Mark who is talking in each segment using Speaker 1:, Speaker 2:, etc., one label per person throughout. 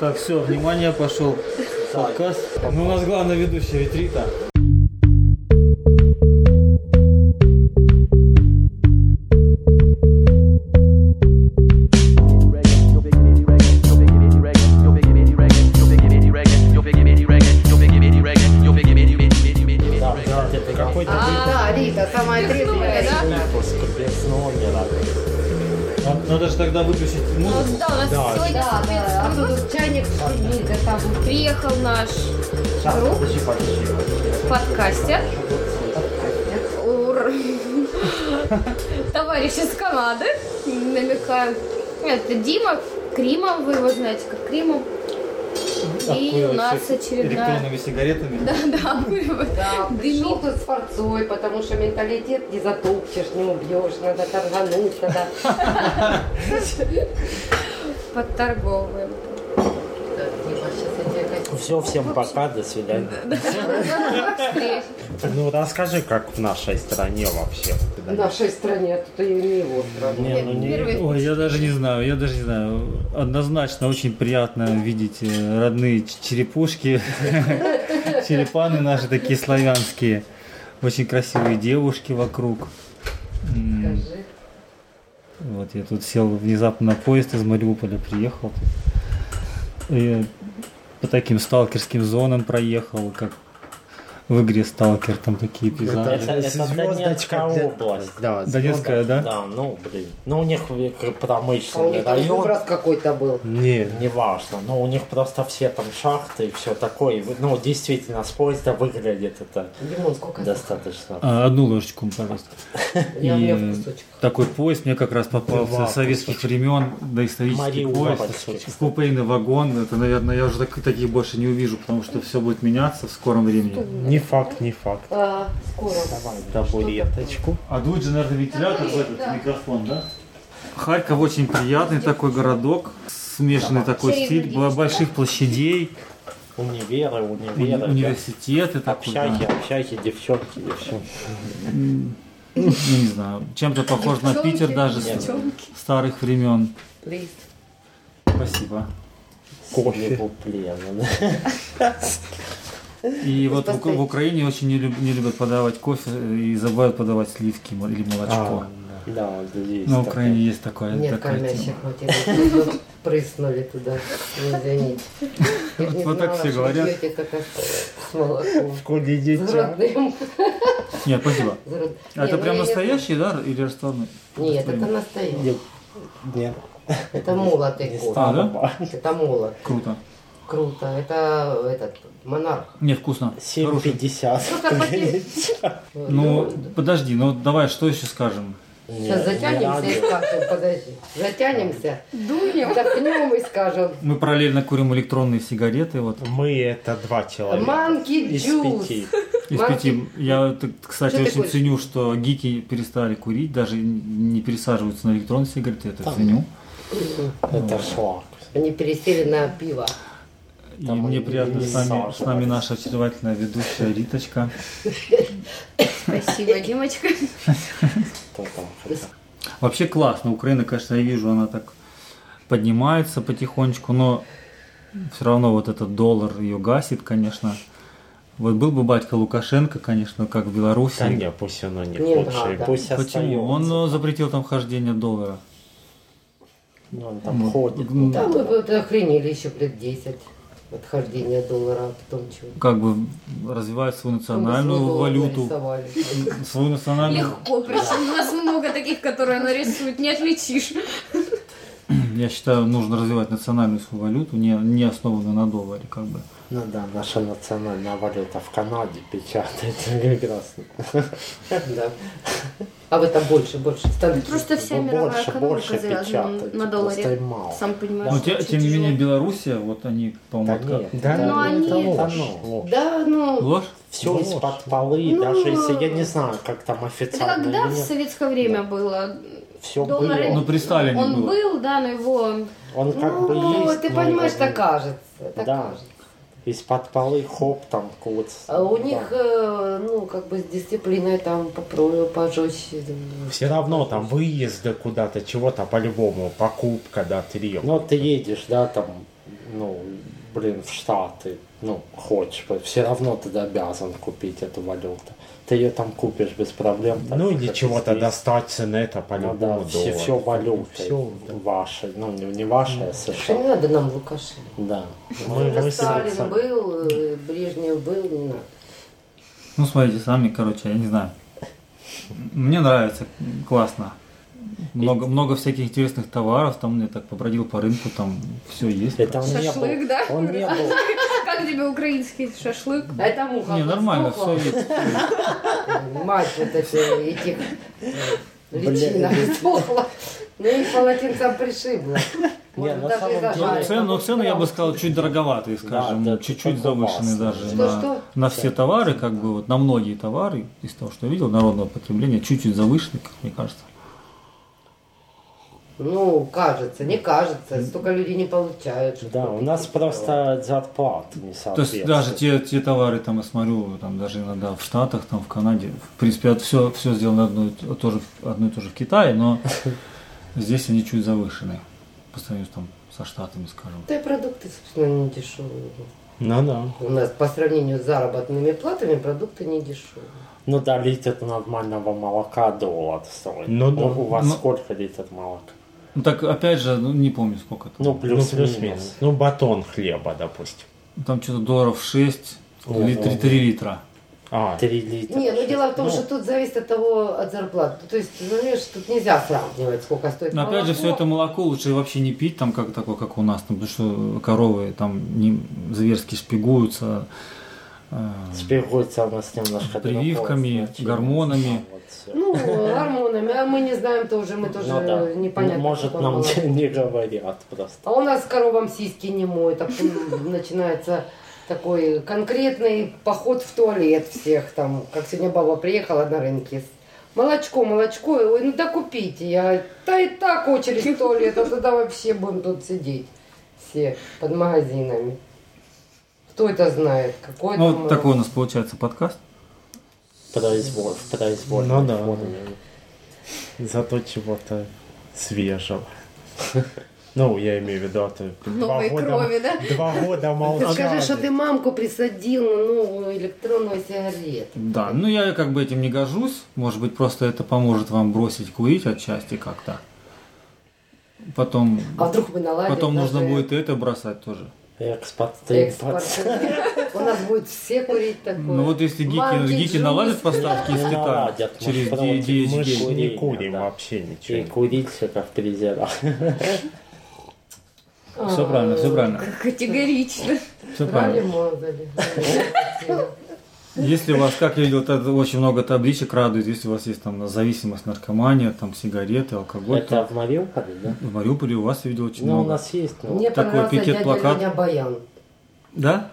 Speaker 1: Так, все, внимание, пошел подкаст. Ну, у нас главный ведущий ретрита. Какой-то
Speaker 2: А, да, Рита, самая трезвая. Рита.
Speaker 1: Нам- Надо же тогда выключить музыку.
Speaker 3: Да, Ну у нас сегодня
Speaker 2: Да, да. А тут чайник шумит, это вот.
Speaker 3: приехал наш друг, подкастер, ур- товарищ из Канады, намекаю. Это Дима Кримов, вы его знаете как Кримов. И у
Speaker 1: Обкуривать
Speaker 3: нас
Speaker 1: всех
Speaker 3: очередная...
Speaker 1: Электронными сигаретами.
Speaker 3: Да, обкуривает.
Speaker 2: Да, пришел
Speaker 3: Дымит.
Speaker 2: тут с форцой, потому что менталитет не затопчешь, не убьешь, надо торгануть, надо...
Speaker 3: Подторговываем.
Speaker 2: Да, Дима, сейчас я тебе хочу.
Speaker 4: Все, всем пока, до свидания.
Speaker 3: Встреч.
Speaker 4: Ну расскажи, как в нашей стране вообще.
Speaker 2: В нашей стране, а тут и не его страна.
Speaker 4: Не, ну не.
Speaker 3: Первый
Speaker 1: Ой, я даже не знаю, я даже не знаю. Однозначно очень приятно видеть э, родные ч- черепушки, черепаны наши такие славянские. Очень красивые девушки вокруг. М,
Speaker 2: Скажи.
Speaker 1: Вот я тут сел внезапно на поезд из Мариуполя, приехал. тут. И по таким сталкерским зонам проехал, как в игре Сталкер, там такие
Speaker 4: Это,
Speaker 1: пейзажи.
Speaker 4: это Донецкая область.
Speaker 5: Да,
Speaker 1: Донецкая, да?
Speaker 4: Да, ну блин. Ну у них век-
Speaker 2: А у
Speaker 4: промышленный
Speaker 2: них там
Speaker 4: район.
Speaker 2: выброс какой-то был.
Speaker 5: Не,
Speaker 4: Неважно, но у них просто все там шахты и все такое. И вы- Ну, действительно, с поезда выглядит это
Speaker 2: Димон, сколько?
Speaker 4: достаточно.
Speaker 1: А, Одну ложечку, пожалуйста.
Speaker 2: Я у меня
Speaker 1: И
Speaker 2: в кусочек.
Speaker 1: Такой поезд мне как раз попался
Speaker 4: Два
Speaker 1: с советских времен, доисторический
Speaker 4: Мариуполь,
Speaker 1: поезд.
Speaker 4: кстати.
Speaker 1: Купейный вагон, это, наверное, я уже так- таких больше не увижу, потому что все будет меняться в скором времени.
Speaker 4: Не факт, не факт.
Speaker 2: А, скоро.
Speaker 4: Давай табуреточку.
Speaker 1: А дует же, наверное, вентилятор в этот микрофон, да? Харьков очень приятный такой городок, смешанный такой стиль, бо- больших площадей,
Speaker 4: Универы,
Speaker 1: уни-
Speaker 4: универы.
Speaker 1: университеты такой, да.
Speaker 4: Общаги, общаги, девчонки, девчонки.
Speaker 1: ну не знаю, чем-то похож на
Speaker 3: Девчонки,
Speaker 1: Питер даже с
Speaker 3: девчонки.
Speaker 1: старых времен.
Speaker 2: Лист.
Speaker 1: Спасибо.
Speaker 4: Кофе. Куплено.
Speaker 1: И вот в, Ук-
Speaker 2: поставить.
Speaker 1: в Украине очень не, люб- не любят подавать кофе и забывают подавать сливки мо- или молочко.
Speaker 4: Да, вот здесь.
Speaker 1: А, На
Speaker 4: такая.
Speaker 1: Украине есть такое.
Speaker 2: Нет
Speaker 1: такая тема.
Speaker 2: кормящих матерей. Тут Прыснули туда. Ну, Извините. Я ж не
Speaker 1: Вот так
Speaker 2: знала,
Speaker 1: все
Speaker 2: что
Speaker 1: говорят.
Speaker 2: пьете только с молоком.
Speaker 4: Школе
Speaker 2: С родным.
Speaker 1: Нет, спасибо.
Speaker 2: С род-
Speaker 1: А
Speaker 2: Не,
Speaker 1: это
Speaker 2: ну,
Speaker 1: прям
Speaker 2: я не-
Speaker 1: настоящий, да, или Ну, ресторан?
Speaker 2: Нет, это настоящий.
Speaker 4: Нет.
Speaker 2: Это молотый кот.
Speaker 1: А, да?
Speaker 2: Это молот.
Speaker 1: Круто.
Speaker 2: Круто. Это этот монарх.
Speaker 1: Не, вкусно. Хороший.
Speaker 4: 7,50.
Speaker 1: Ну, подожди, ну давай, что еще скажем?
Speaker 2: Сейчас затянемся и скажем, подожди. Затянемся. Дунем. Вдохнем и скажем.
Speaker 1: Мы параллельно курим электронные сигареты, вот.
Speaker 4: Мы это два человека.
Speaker 2: Манки
Speaker 4: Из
Speaker 2: джуз.
Speaker 4: пяти.
Speaker 1: Из
Speaker 2: Марки-
Speaker 1: пяти. Я, т- кстати,
Speaker 2: Что ты
Speaker 1: очень
Speaker 2: куришь?
Speaker 1: ценю, что гики перестали курить, даже не пересаживаются на электронные сигареты, это ценю. Ну.
Speaker 4: Это шлак.
Speaker 2: Они пересели на пиво.
Speaker 1: И
Speaker 4: Там
Speaker 1: мне
Speaker 4: они
Speaker 1: приятно
Speaker 4: не
Speaker 1: с нами, с нами
Speaker 4: саживались.
Speaker 1: наша очаровательная ведущая Риточка.
Speaker 3: Спасибо, Димочка.
Speaker 4: Кто там? это?
Speaker 1: Вообще классно. Украина, конечно, я вижу, она так поднимается потихонечку, но все равно вот этот доллар ее гасит, конечно. Вот был бы батька Лукашенко, конечно, как в Беларуси.
Speaker 4: Да не, пусть оно не
Speaker 2: Не
Speaker 4: лучше.
Speaker 2: надо.
Speaker 4: Пусть
Speaker 1: Почему? Он
Speaker 4: остается.
Speaker 1: э, запретил там хождение доллара.
Speaker 4: Ну, Он там ходит.
Speaker 1: м,
Speaker 2: Да, мы вот охренели еще лет 10 от хождения доллара, а потом чего.
Speaker 1: Как бы развивает свою национальную
Speaker 2: Мы свой доллар
Speaker 1: валюту.
Speaker 2: нарисовали.
Speaker 1: Свою национальную...
Speaker 3: Легко, причем у нас много таких, которые нарисуют, не отличишь.
Speaker 1: Я считаю, нужно развивать национальную свою валюту, не, не основанную на долларе, как бы.
Speaker 4: Ну да, наша национальная валюта в Канаде печатает. Прекрасно.
Speaker 2: Да. А в этом больше, больше станки.
Speaker 3: Просто вся
Speaker 4: Ну,
Speaker 3: мировая
Speaker 4: больше,
Speaker 3: экономика
Speaker 4: больше
Speaker 3: завязана
Speaker 4: печатать,
Speaker 3: на
Speaker 4: просто
Speaker 3: долларе.
Speaker 4: и мало.
Speaker 3: Сам понимаешь,
Speaker 1: Но
Speaker 3: что
Speaker 1: Ну, те-
Speaker 3: очень
Speaker 1: тем не
Speaker 3: тяжело.
Speaker 1: менее, Белоруссия, вот они,
Speaker 4: Да
Speaker 1: по-моему,
Speaker 4: нет,
Speaker 1: как-
Speaker 4: да
Speaker 3: Ну,
Speaker 4: нет,
Speaker 3: они-
Speaker 4: это ложь.
Speaker 2: Да, ну,
Speaker 1: Ложь?
Speaker 4: Все из-под полы, даже если я не знаю, как там
Speaker 3: Это
Speaker 4: официально.
Speaker 3: когда в советское время было?
Speaker 4: Все
Speaker 3: доллары-
Speaker 4: было.
Speaker 1: Ну, при Сталине
Speaker 3: Он
Speaker 1: было.
Speaker 3: был, да, но его...
Speaker 4: Он как бы
Speaker 2: ну,
Speaker 4: есть.
Speaker 2: ты
Speaker 4: но
Speaker 2: понимаешь,
Speaker 4: его
Speaker 2: так
Speaker 4: нет.
Speaker 2: кажется. так
Speaker 4: Да.
Speaker 2: кажется.
Speaker 4: Из-под полы хоп там куц.
Speaker 2: А у
Speaker 4: Да.
Speaker 2: них, э, ну, как бы с дисциплиной там попро- пожестче.
Speaker 6: Все равно там выезды куда-то, чего-то по-любому, покупка, да, три.
Speaker 4: Ну ты едешь, да, там ну, блин, в Штаты, ну, хочешь, все равно ты обязан купить эту валюту. Ты ее там купишь без проблем. так
Speaker 5: Ну
Speaker 4: же,
Speaker 5: или
Speaker 4: как и
Speaker 5: чего-то
Speaker 4: здесь.
Speaker 5: достать с инета
Speaker 4: Ну
Speaker 5: по-любому.
Speaker 4: да, все,
Speaker 5: доллар.
Speaker 4: все валюты.
Speaker 5: Всё, да.
Speaker 4: Ваши, ну не, не ваши, а
Speaker 2: Что не
Speaker 4: США.
Speaker 2: надо нам Лукашенко?
Speaker 4: Да.
Speaker 5: Мы- мы с-
Speaker 2: Сталин был, э, Брежнев был, не надо.
Speaker 1: Ну, смотрите, сами, короче, я не знаю. Мне нравится, классно. Много, много всяких интересных товаров, там я так побродил по рынку, там все есть.
Speaker 4: Это он не
Speaker 3: Шашлык,
Speaker 4: был.
Speaker 3: да?
Speaker 4: Он не был.
Speaker 3: Как тебе украинский шашлык?
Speaker 2: А это муха.
Speaker 1: Не, нормально, все
Speaker 2: подсохла.
Speaker 1: есть.
Speaker 2: Мать вот эти, этих э, личинок сохла. Ну и полотенцем пришибла. Может,
Speaker 4: на
Speaker 2: даже и
Speaker 4: самом деле-
Speaker 1: Ну,
Speaker 2: зажарила.
Speaker 1: цен- ну, цены, я бы сказал, чуть дороговатые, скажем,
Speaker 4: да,
Speaker 1: чуть-чуть
Speaker 4: такого
Speaker 1: завышенные
Speaker 4: класса.
Speaker 1: даже
Speaker 2: Что,
Speaker 1: на,
Speaker 2: что?
Speaker 1: на все товары, как бы вот на многие товары, из того, что я видел, народного потребления, чуть-чуть завышенные, как мне кажется.
Speaker 2: Ну, кажется, не кажется. Столько людей не получают. что
Speaker 4: Да, у нас просто зарплаты не
Speaker 1: То есть
Speaker 4: соответствуют.
Speaker 1: даже те, те товары, там я смотрю, там даже иногда в Штатах, там в Канаде, в принципе, все, все сделано одно и, т- тоже, в- одно и то же в Китае, но здесь они чуть завышены по сравнению с, там со Штатами, скажем.
Speaker 2: Да и продукты, собственно, не дешевые.
Speaker 4: Ну да.
Speaker 2: У нас по сравнению с заработными платами продукты не дешевые.
Speaker 4: Ну да, литр нормального молока доллар стоит.
Speaker 5: Ну да.
Speaker 4: У вас
Speaker 1: Ну-
Speaker 4: сколько литр молока?
Speaker 1: Ну так, опять же, ну не помню сколько там.
Speaker 4: Ну
Speaker 5: Ну,
Speaker 4: плюс-минус.
Speaker 5: плюс-минус. Ну, батон хлеба, допустим.
Speaker 1: Там что-то долларов 6, или 3, литра.
Speaker 5: А,
Speaker 4: Три литра.
Speaker 2: Не, ну дело в том, что тут зависит от того, от зарплаты. То есть, знаешь, тут нельзя сравнивать, сколько стоит
Speaker 1: Но опять же,
Speaker 2: молоко.
Speaker 1: все это молоко лучше вообще не пить, там как такое, как у нас, там, потому что коровы там не зверски шпигуются. э,
Speaker 4: Спиргуется у нас немножко
Speaker 1: Прививками,
Speaker 4: другое значение.
Speaker 1: гормонами.
Speaker 4: Вот всё.
Speaker 2: Ну, гормонами, а мы не знаем тоже, мы тоже
Speaker 4: Ну да.
Speaker 2: непонятно.
Speaker 4: Может,
Speaker 2: какое
Speaker 4: нам
Speaker 2: молоко.
Speaker 4: не говорят просто.
Speaker 2: А у нас коровам сиськи не моют, а потом начинается такой конкретный поход в туалет всех там. Как сегодня баба приехала на рынке с молочко, молочко, ой, ну да купите. Я, да и так очередь в туалет, а тогда вообще будем тут сидеть все под магазинами. Кто это знает? Какой
Speaker 1: Ну,
Speaker 2: там э,
Speaker 1: вот такой у нас получается подкаст.
Speaker 4: Произвол, в произвольной
Speaker 5: Ну да.
Speaker 4: форме.
Speaker 5: зато чего-то свежего. Ну, я имею в виду, а то два
Speaker 3: Новой крови,
Speaker 5: года,
Speaker 3: да?
Speaker 5: два года
Speaker 2: Ты скажи, что
Speaker 5: молчали.
Speaker 2: ты мамку присадил на новую электронную сигарету.
Speaker 1: Да, ну я как бы этим не гожусь. Может быть, просто это поможет вам бросить курить отчасти как-то. Потом,
Speaker 2: А вдруг мы наладим
Speaker 1: потом нужно
Speaker 2: наши
Speaker 1: будет и это бросать тоже.
Speaker 4: Экспорт,
Speaker 2: экспорт?
Speaker 4: импорт.
Speaker 2: У нас будет все курить такое.
Speaker 1: Ну вот если гики,
Speaker 2: Манки,
Speaker 1: гики
Speaker 2: джусы.
Speaker 1: наладят поставки из
Speaker 4: Не
Speaker 1: Китая
Speaker 4: Ну, наладят, мы
Speaker 1: через
Speaker 4: ж против,
Speaker 5: Мы ж
Speaker 1: DHL,
Speaker 5: не
Speaker 4: Курение,
Speaker 5: курим
Speaker 4: да.
Speaker 5: вообще
Speaker 4: И
Speaker 5: ничего.
Speaker 4: курить всё как призера.
Speaker 1: все правильно, все правильно,
Speaker 3: Категорично.
Speaker 1: все
Speaker 2: А, Брали,
Speaker 1: правильно.
Speaker 2: мазали.
Speaker 1: Если у вас, как я видел, та- очень много табличек радует, если у вас есть там зависимость, наркомания, там сигареты, алкоголь, то
Speaker 4: Это в Мариуполе, да?
Speaker 1: в Мариуполе у вас я видел очень
Speaker 4: Ну, у
Speaker 1: много.
Speaker 4: нас есть. ну,
Speaker 2: Мне
Speaker 1: Такой
Speaker 2: понравился
Speaker 1: пикет
Speaker 2: дядя
Speaker 1: плакат.
Speaker 2: Леня Баян.
Speaker 1: Да?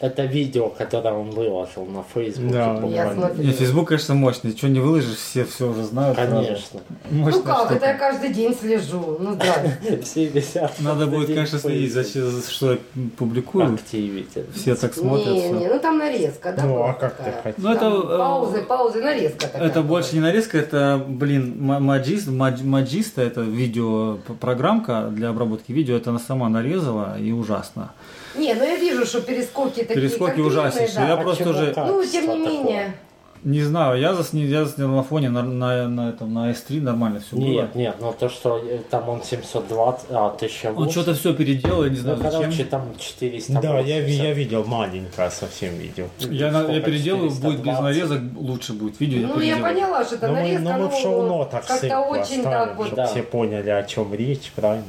Speaker 4: Это видео, которое он выложил на Фейсбуке.
Speaker 5: Да,
Speaker 4: по-моему.
Speaker 2: Я
Speaker 1: Нет,
Speaker 2: смотрела.
Speaker 1: Фейсбук, конечно, мощный. Что не выложишь, все все уже знают. сразу.
Speaker 4: Конечно.
Speaker 1: Мощная
Speaker 2: Ну как,
Speaker 1: штука.
Speaker 2: это я каждый день слежу. Ну да.
Speaker 4: Все висят.
Speaker 1: Надо
Speaker 4: каждый
Speaker 1: будет,
Speaker 4: день
Speaker 1: конечно,
Speaker 4: в Фейсбуке.
Speaker 1: следить, за че- за что я публикую.
Speaker 4: Активите.
Speaker 1: Все так смотрят.
Speaker 2: Не,
Speaker 1: всё.
Speaker 2: не, ну там нарезка, да?
Speaker 5: Ну,
Speaker 2: была
Speaker 5: а как ты
Speaker 2: такая.
Speaker 5: хотел?
Speaker 1: Ну, это,
Speaker 2: Там
Speaker 1: э,
Speaker 2: Паузы, паузы, нарезка такая.
Speaker 1: Это
Speaker 2: была.
Speaker 1: больше не нарезка, это, блин, ма- маджист, мадж- маджиста, это видео п- программка для обработки видео, это она сама нарезала и ужасно.
Speaker 2: Не, ну я вижу, что перескоки такие.
Speaker 1: Перескоки
Speaker 2: конкретные,
Speaker 1: ужаснейшие.
Speaker 2: да.
Speaker 1: Я просто уже
Speaker 4: так?
Speaker 2: Ну, тем
Speaker 4: Что
Speaker 2: не
Speaker 4: такое?
Speaker 2: менее.
Speaker 1: не знаю, я заснял, я заснял на фоне на, на, на этом на S3 нормально все было.
Speaker 4: Нет, нет, ну то, что э, там он 720, а, 1000
Speaker 1: Он что-то все переделал, я не
Speaker 4: Ну,
Speaker 1: знаю
Speaker 4: короче,
Speaker 1: зачем.
Speaker 4: там 400.
Speaker 5: Да, я, ви- я видел маленькое совсем видео. Ну,
Speaker 1: Я, на- я
Speaker 4: сколько,
Speaker 1: переделаю, будет без
Speaker 4: 420?
Speaker 1: нарезок, лучше будет видео.
Speaker 2: Ну, я
Speaker 1: переделаю.
Speaker 2: поняла, что это
Speaker 5: Но мы,
Speaker 2: нарезка,
Speaker 5: но мы в
Speaker 2: ну,
Speaker 5: шоу-нотах
Speaker 2: как-то
Speaker 5: ссылку
Speaker 2: очень
Speaker 5: оставим,
Speaker 2: так вот.
Speaker 5: чтобы
Speaker 4: Да.
Speaker 5: все поняли, о чем речь, правильно?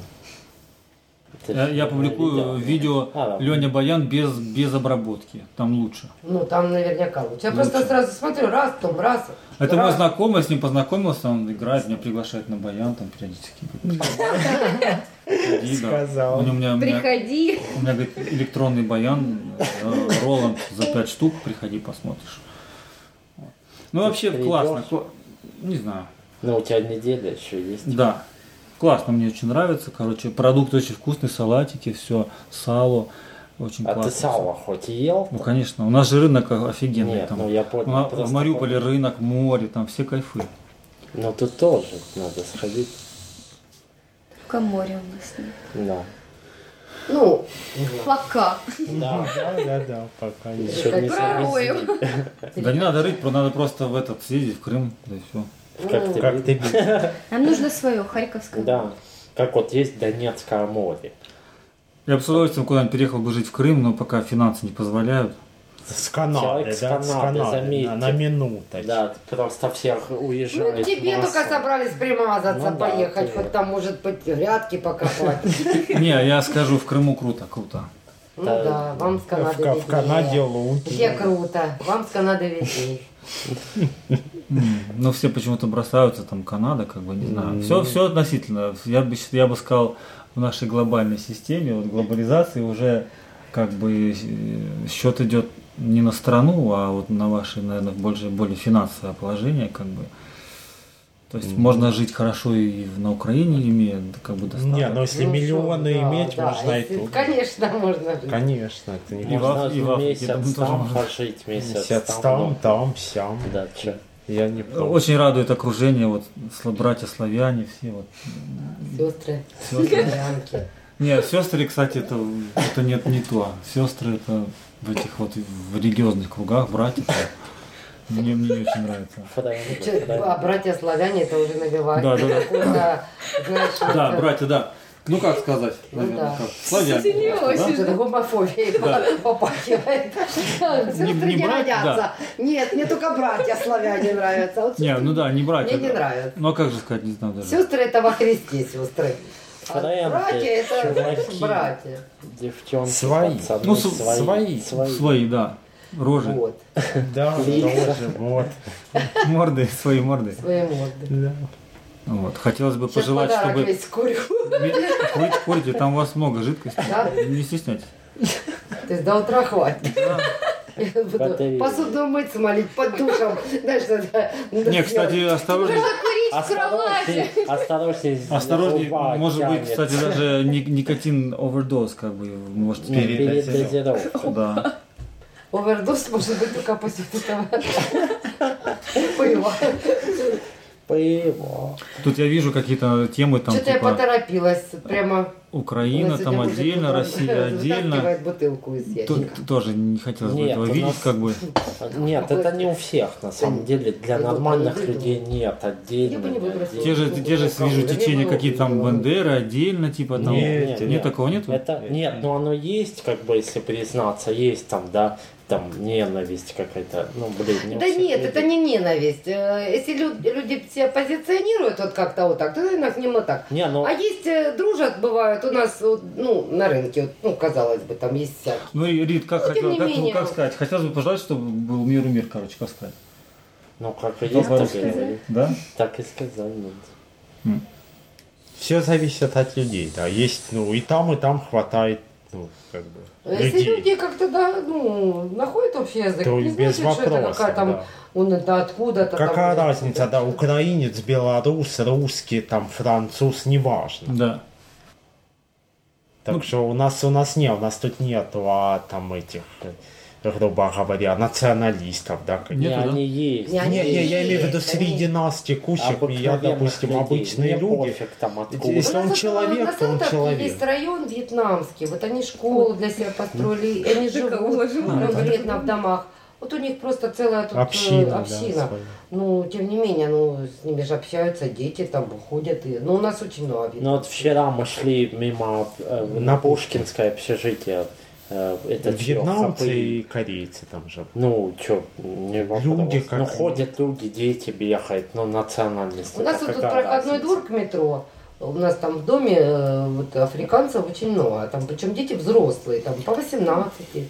Speaker 1: Я, Э, я публикую видео
Speaker 4: А, да.
Speaker 1: Леня Баян без, без обработки. Там лучше.
Speaker 2: Ну, там наверняка лучше.
Speaker 5: Ну,
Speaker 2: Я просто сразу смотрю, раз, потом раз.
Speaker 1: Это мой
Speaker 2: раз.
Speaker 1: знакомый, я с ним познакомился, он играет, меня приглашает на баян там периодически. Приходи, да.
Speaker 5: Сказал.
Speaker 1: У него- у меня, у меня-
Speaker 3: Приходи.
Speaker 1: у меня, говорит, электронный баян, э, Роланд за 5 штук, приходи, посмотришь. Вот. Ну вообще
Speaker 4: придешь?
Speaker 1: классно, кла- не знаю,
Speaker 4: Ну, у тебя неделя еще есть.
Speaker 1: да. Классно, мне очень нравится, короче, продукт очень вкусный, салатики, все, сало, очень
Speaker 4: А
Speaker 1: классно.
Speaker 4: ты сало хоть и ел?
Speaker 1: Ну конечно, у нас же рынок офигенный
Speaker 4: Нет,
Speaker 1: там.
Speaker 4: ну я
Speaker 1: У
Speaker 4: понял.
Speaker 1: нас- в
Speaker 4: просто
Speaker 1: Мариуполе рынок, море, там все кайфы.
Speaker 4: понял. Ну, тут тоже надо сходить.
Speaker 3: Только море у нас нет.
Speaker 4: Да.
Speaker 2: Ну,
Speaker 3: Пока.
Speaker 4: Да.
Speaker 5: Да, да, да, пока не.
Speaker 4: Еще не
Speaker 3: Пророю.
Speaker 4: совместили.
Speaker 1: Да не надо рыть, про- надо просто в этот съездить, в Крым, да и все.
Speaker 4: Как ты
Speaker 5: Ну, Как ты бил?
Speaker 3: Нам нужно свое, Харьковское.
Speaker 4: Да. Как вот есть Донецкое море.
Speaker 1: Я бы с удовольствием куда-нибудь переехал бы жить в Крым, но пока финансы не позволяют.
Speaker 5: С Канады,
Speaker 4: Человек с
Speaker 5: да, с
Speaker 4: Канады,
Speaker 5: Канады. на- На
Speaker 4: заметьте.
Speaker 5: минуточку.
Speaker 4: Да, просто всех уезжает.
Speaker 2: Ну, тебе
Speaker 4: масса.
Speaker 2: только собрались примазаться,
Speaker 4: Ну да,
Speaker 2: поехать,
Speaker 4: ты-
Speaker 2: хоть там, может быть, грядки покопать.
Speaker 1: Не, я скажу, в Крыму круто, круто.
Speaker 2: Ну
Speaker 4: Да.
Speaker 2: да, вам с
Speaker 5: В,
Speaker 2: Канады
Speaker 5: Ка- в
Speaker 2: виднее.
Speaker 5: Канаде луки.
Speaker 2: Вообще круто, вам с Канады виднее.
Speaker 1: М, Но Ну, все почему-то бросаются, там Канада, как бы, не знаю. Все, все относительно. Я бы, щ- я бы сказал, в нашей глобальной системе, вот глобализации уже как бы э, счет идет не на страну, а вот на ваше, наверное, больше, более финансовое положение, как бы. То есть можно жить хорошо и в- на Украине, имея как бы достаток.
Speaker 5: Не, ну если
Speaker 2: Ну,
Speaker 5: миллионы
Speaker 2: да,
Speaker 5: иметь,
Speaker 2: да,
Speaker 5: можно и
Speaker 2: если-
Speaker 5: тут.
Speaker 2: Конечно, можно жить.
Speaker 5: Конечно, это не
Speaker 1: И в
Speaker 4: Можно
Speaker 1: Аф- и в Африке, я
Speaker 4: месяц
Speaker 1: думаю, тоже
Speaker 4: там
Speaker 1: можно.
Speaker 4: пожить, месяц
Speaker 5: Сядь там,
Speaker 4: там.
Speaker 5: там, сям.
Speaker 4: ну, Да, чё.
Speaker 5: Я не
Speaker 4: Ну,
Speaker 5: помню.
Speaker 1: Очень радует окружение, вот сла- братья славяне, все вот.
Speaker 2: Сестры,
Speaker 1: сёстры.
Speaker 2: Янки.
Speaker 1: Не, сестры, кстати, это, это нет не то. Сестры это в этих вот в религиозных кругах, братья. Мне, мне не очень нравится.
Speaker 4: Правильно,
Speaker 2: Чё,
Speaker 4: правильно.
Speaker 2: А братья славяне это уже набивает.
Speaker 1: Да, да, да.
Speaker 2: Какой-то, знаешь, э,
Speaker 1: Да,
Speaker 2: это-
Speaker 1: братья, да. Ну как сказать,
Speaker 2: Ну
Speaker 1: наверное,
Speaker 2: да.
Speaker 1: как? Славяне.
Speaker 3: Кстати, не
Speaker 1: просто, да?
Speaker 3: очень.
Speaker 2: Это гомофобией попахивает. Сестры
Speaker 1: не
Speaker 2: не
Speaker 1: брать, да.
Speaker 2: родятся. Нет, мне только братья славяне нравятся. Вот
Speaker 1: Не, ну да, не братья.
Speaker 2: Мне не нравится.
Speaker 1: Ну а как же сказать, не знаю даже.
Speaker 2: Сестры это во Христе сестры. А
Speaker 4: Френды,
Speaker 2: братья это
Speaker 4: чуваки.
Speaker 2: братья.
Speaker 4: Девчонки,
Speaker 5: Свои.
Speaker 4: пацаны,
Speaker 1: Ну, с-
Speaker 4: свои,
Speaker 5: свои.
Speaker 1: Свои, да. Рожи,
Speaker 2: Вот,
Speaker 5: Да,
Speaker 4: Лица.
Speaker 5: тоже, вот.
Speaker 1: морды, свои морды.
Speaker 2: свои морды.
Speaker 5: Да.
Speaker 1: Вот. Хотелось бы
Speaker 2: Сейчас
Speaker 1: пожелать,
Speaker 2: подарок
Speaker 1: чтобы...
Speaker 2: весь курю.
Speaker 1: Ми- Курите, курите, там у вас много жидкости.
Speaker 2: Да?
Speaker 1: Не стесняйтесь.
Speaker 2: То есть до утра хватит. Я буду
Speaker 4: Батареи.
Speaker 2: посуду мыть, смолить под душем. Знаешь, надо- надо
Speaker 1: Не,
Speaker 2: сделать.
Speaker 1: кстати, осторожнее.
Speaker 3: Курить в кровати.
Speaker 4: Осторожней, осторожней. здесь
Speaker 1: Осторожней,
Speaker 4: зуба
Speaker 1: может быть,
Speaker 4: тянет.
Speaker 1: кстати, даже ни- никотин овердоз, как бы, может
Speaker 4: Ну,
Speaker 1: передать.
Speaker 4: передозировка.
Speaker 1: Да.
Speaker 2: Овердоз может быть только после этого пыла.
Speaker 4: Пиво.
Speaker 1: Тут я вижу какие-то темы, там,
Speaker 2: Что-то я
Speaker 1: типа,
Speaker 2: поторопилась. Прямо
Speaker 1: Украина
Speaker 2: Она
Speaker 1: там
Speaker 2: сегодня будет
Speaker 1: отдельно,
Speaker 2: утром
Speaker 1: Россия отдельно.
Speaker 2: вытаскивает бутылку из
Speaker 1: Т-
Speaker 2: ящика.
Speaker 1: т- Тоже не хотелось бы
Speaker 4: Нет,
Speaker 1: этого
Speaker 4: у
Speaker 1: видеть,
Speaker 4: нас-
Speaker 1: как бы.
Speaker 4: Нет, это не у всех, на самом деле. Для
Speaker 2: Я бы
Speaker 4: нормальных
Speaker 2: не выбрала.
Speaker 4: людей нет.
Speaker 2: Я бы
Speaker 4: Отдельно.
Speaker 2: не выбрала.
Speaker 1: Те же, те же вижу течения, какие там бандеры отдельно, типа, там...
Speaker 5: Нет,
Speaker 1: Нет,
Speaker 4: нет.
Speaker 1: такого нету?
Speaker 4: Это нет, но оно есть, как бы, если признаться, есть там, да, там ненависть какая-то. Ну, блин, не у
Speaker 2: Да
Speaker 4: всех
Speaker 2: нет,
Speaker 4: людей.
Speaker 2: это не ненависть. Э, Если лю- люди себя позиционируют вот как-то вот так, то, наверное, к ним вот так.
Speaker 4: Не, ну,
Speaker 2: А есть э, дружат, бывают у нас, вот, ну, на рынке, вот, ну, казалось бы, там есть всякие.
Speaker 1: Ну, и, Рит, как,
Speaker 2: Ну, тем
Speaker 1: хотел,
Speaker 2: не
Speaker 1: как, ну,
Speaker 2: менее.
Speaker 1: как сказать? Хотелось бы пожелать, чтобы был миру мир, короче, как сказать.
Speaker 4: ну как и
Speaker 1: Ну,
Speaker 4: есть, так и
Speaker 1: по-русски.
Speaker 4: говори.
Speaker 1: Да?
Speaker 4: Так и сказал. ну.
Speaker 5: Все зависит от людей, да. Есть, ну, и там, и там хватает, ну, как бы,
Speaker 2: Если
Speaker 5: людей.
Speaker 2: люди как-то, да, ну, находят общий язык,
Speaker 5: То
Speaker 2: не
Speaker 5: и без
Speaker 2: значит, что это какая
Speaker 5: вопросов,
Speaker 2: там,
Speaker 5: да.
Speaker 2: он это откуда-то там,
Speaker 5: Какая
Speaker 2: да.
Speaker 5: разница, да, украинец, белорус, русский, там, француз, неважно.
Speaker 1: Да.
Speaker 5: Так
Speaker 4: Ну,
Speaker 5: что у нас, у нас нет, у нас тут нету, а, там, этих, э, грубо говоря, националистов, да, каких-
Speaker 1: Нету,
Speaker 4: Не,
Speaker 1: да?
Speaker 4: они есть.
Speaker 2: Не,
Speaker 5: Не, не, я имею в виду
Speaker 2: Есть,
Speaker 5: среди нас текущих, и я,
Speaker 4: Обыкновенных
Speaker 5: допустим,
Speaker 4: людей.
Speaker 5: обычные
Speaker 4: Мне
Speaker 5: люди.
Speaker 4: пофиг там откуда.
Speaker 5: Если
Speaker 2: У
Speaker 5: он
Speaker 2: нас вот,
Speaker 5: человек,
Speaker 2: на
Speaker 5: то он
Speaker 2: Салтовке
Speaker 5: человек.
Speaker 2: Есть район вьетнамский, вот они школу для себя построили, и они
Speaker 3: кого
Speaker 2: живут
Speaker 3: же
Speaker 2: конкретно в домах. Вот у них просто целая тут э,
Speaker 5: Община, да,
Speaker 2: община.
Speaker 5: своя.
Speaker 2: ну, тем не менее, ну, с ними же общаются дети, там ходят. И... Ну, у нас очень много
Speaker 4: Ну вот вчера мы шли мимо э, на Пушкинское общежитие. Э, это чё,
Speaker 5: Вьетнамцы
Speaker 4: хапы?
Speaker 5: и корейцы там же.
Speaker 4: Ну, что, не вопрос.
Speaker 5: Люди как-
Speaker 4: Ну, ходят люди, дети бегают, ну, национальность.
Speaker 2: У нас
Speaker 4: это
Speaker 2: вот тут
Speaker 4: какая
Speaker 2: проходной
Speaker 4: разница?
Speaker 2: двор к метро. У нас там в доме э, вот, африканцев очень много. Там, причем дети взрослые, там по 18 лет.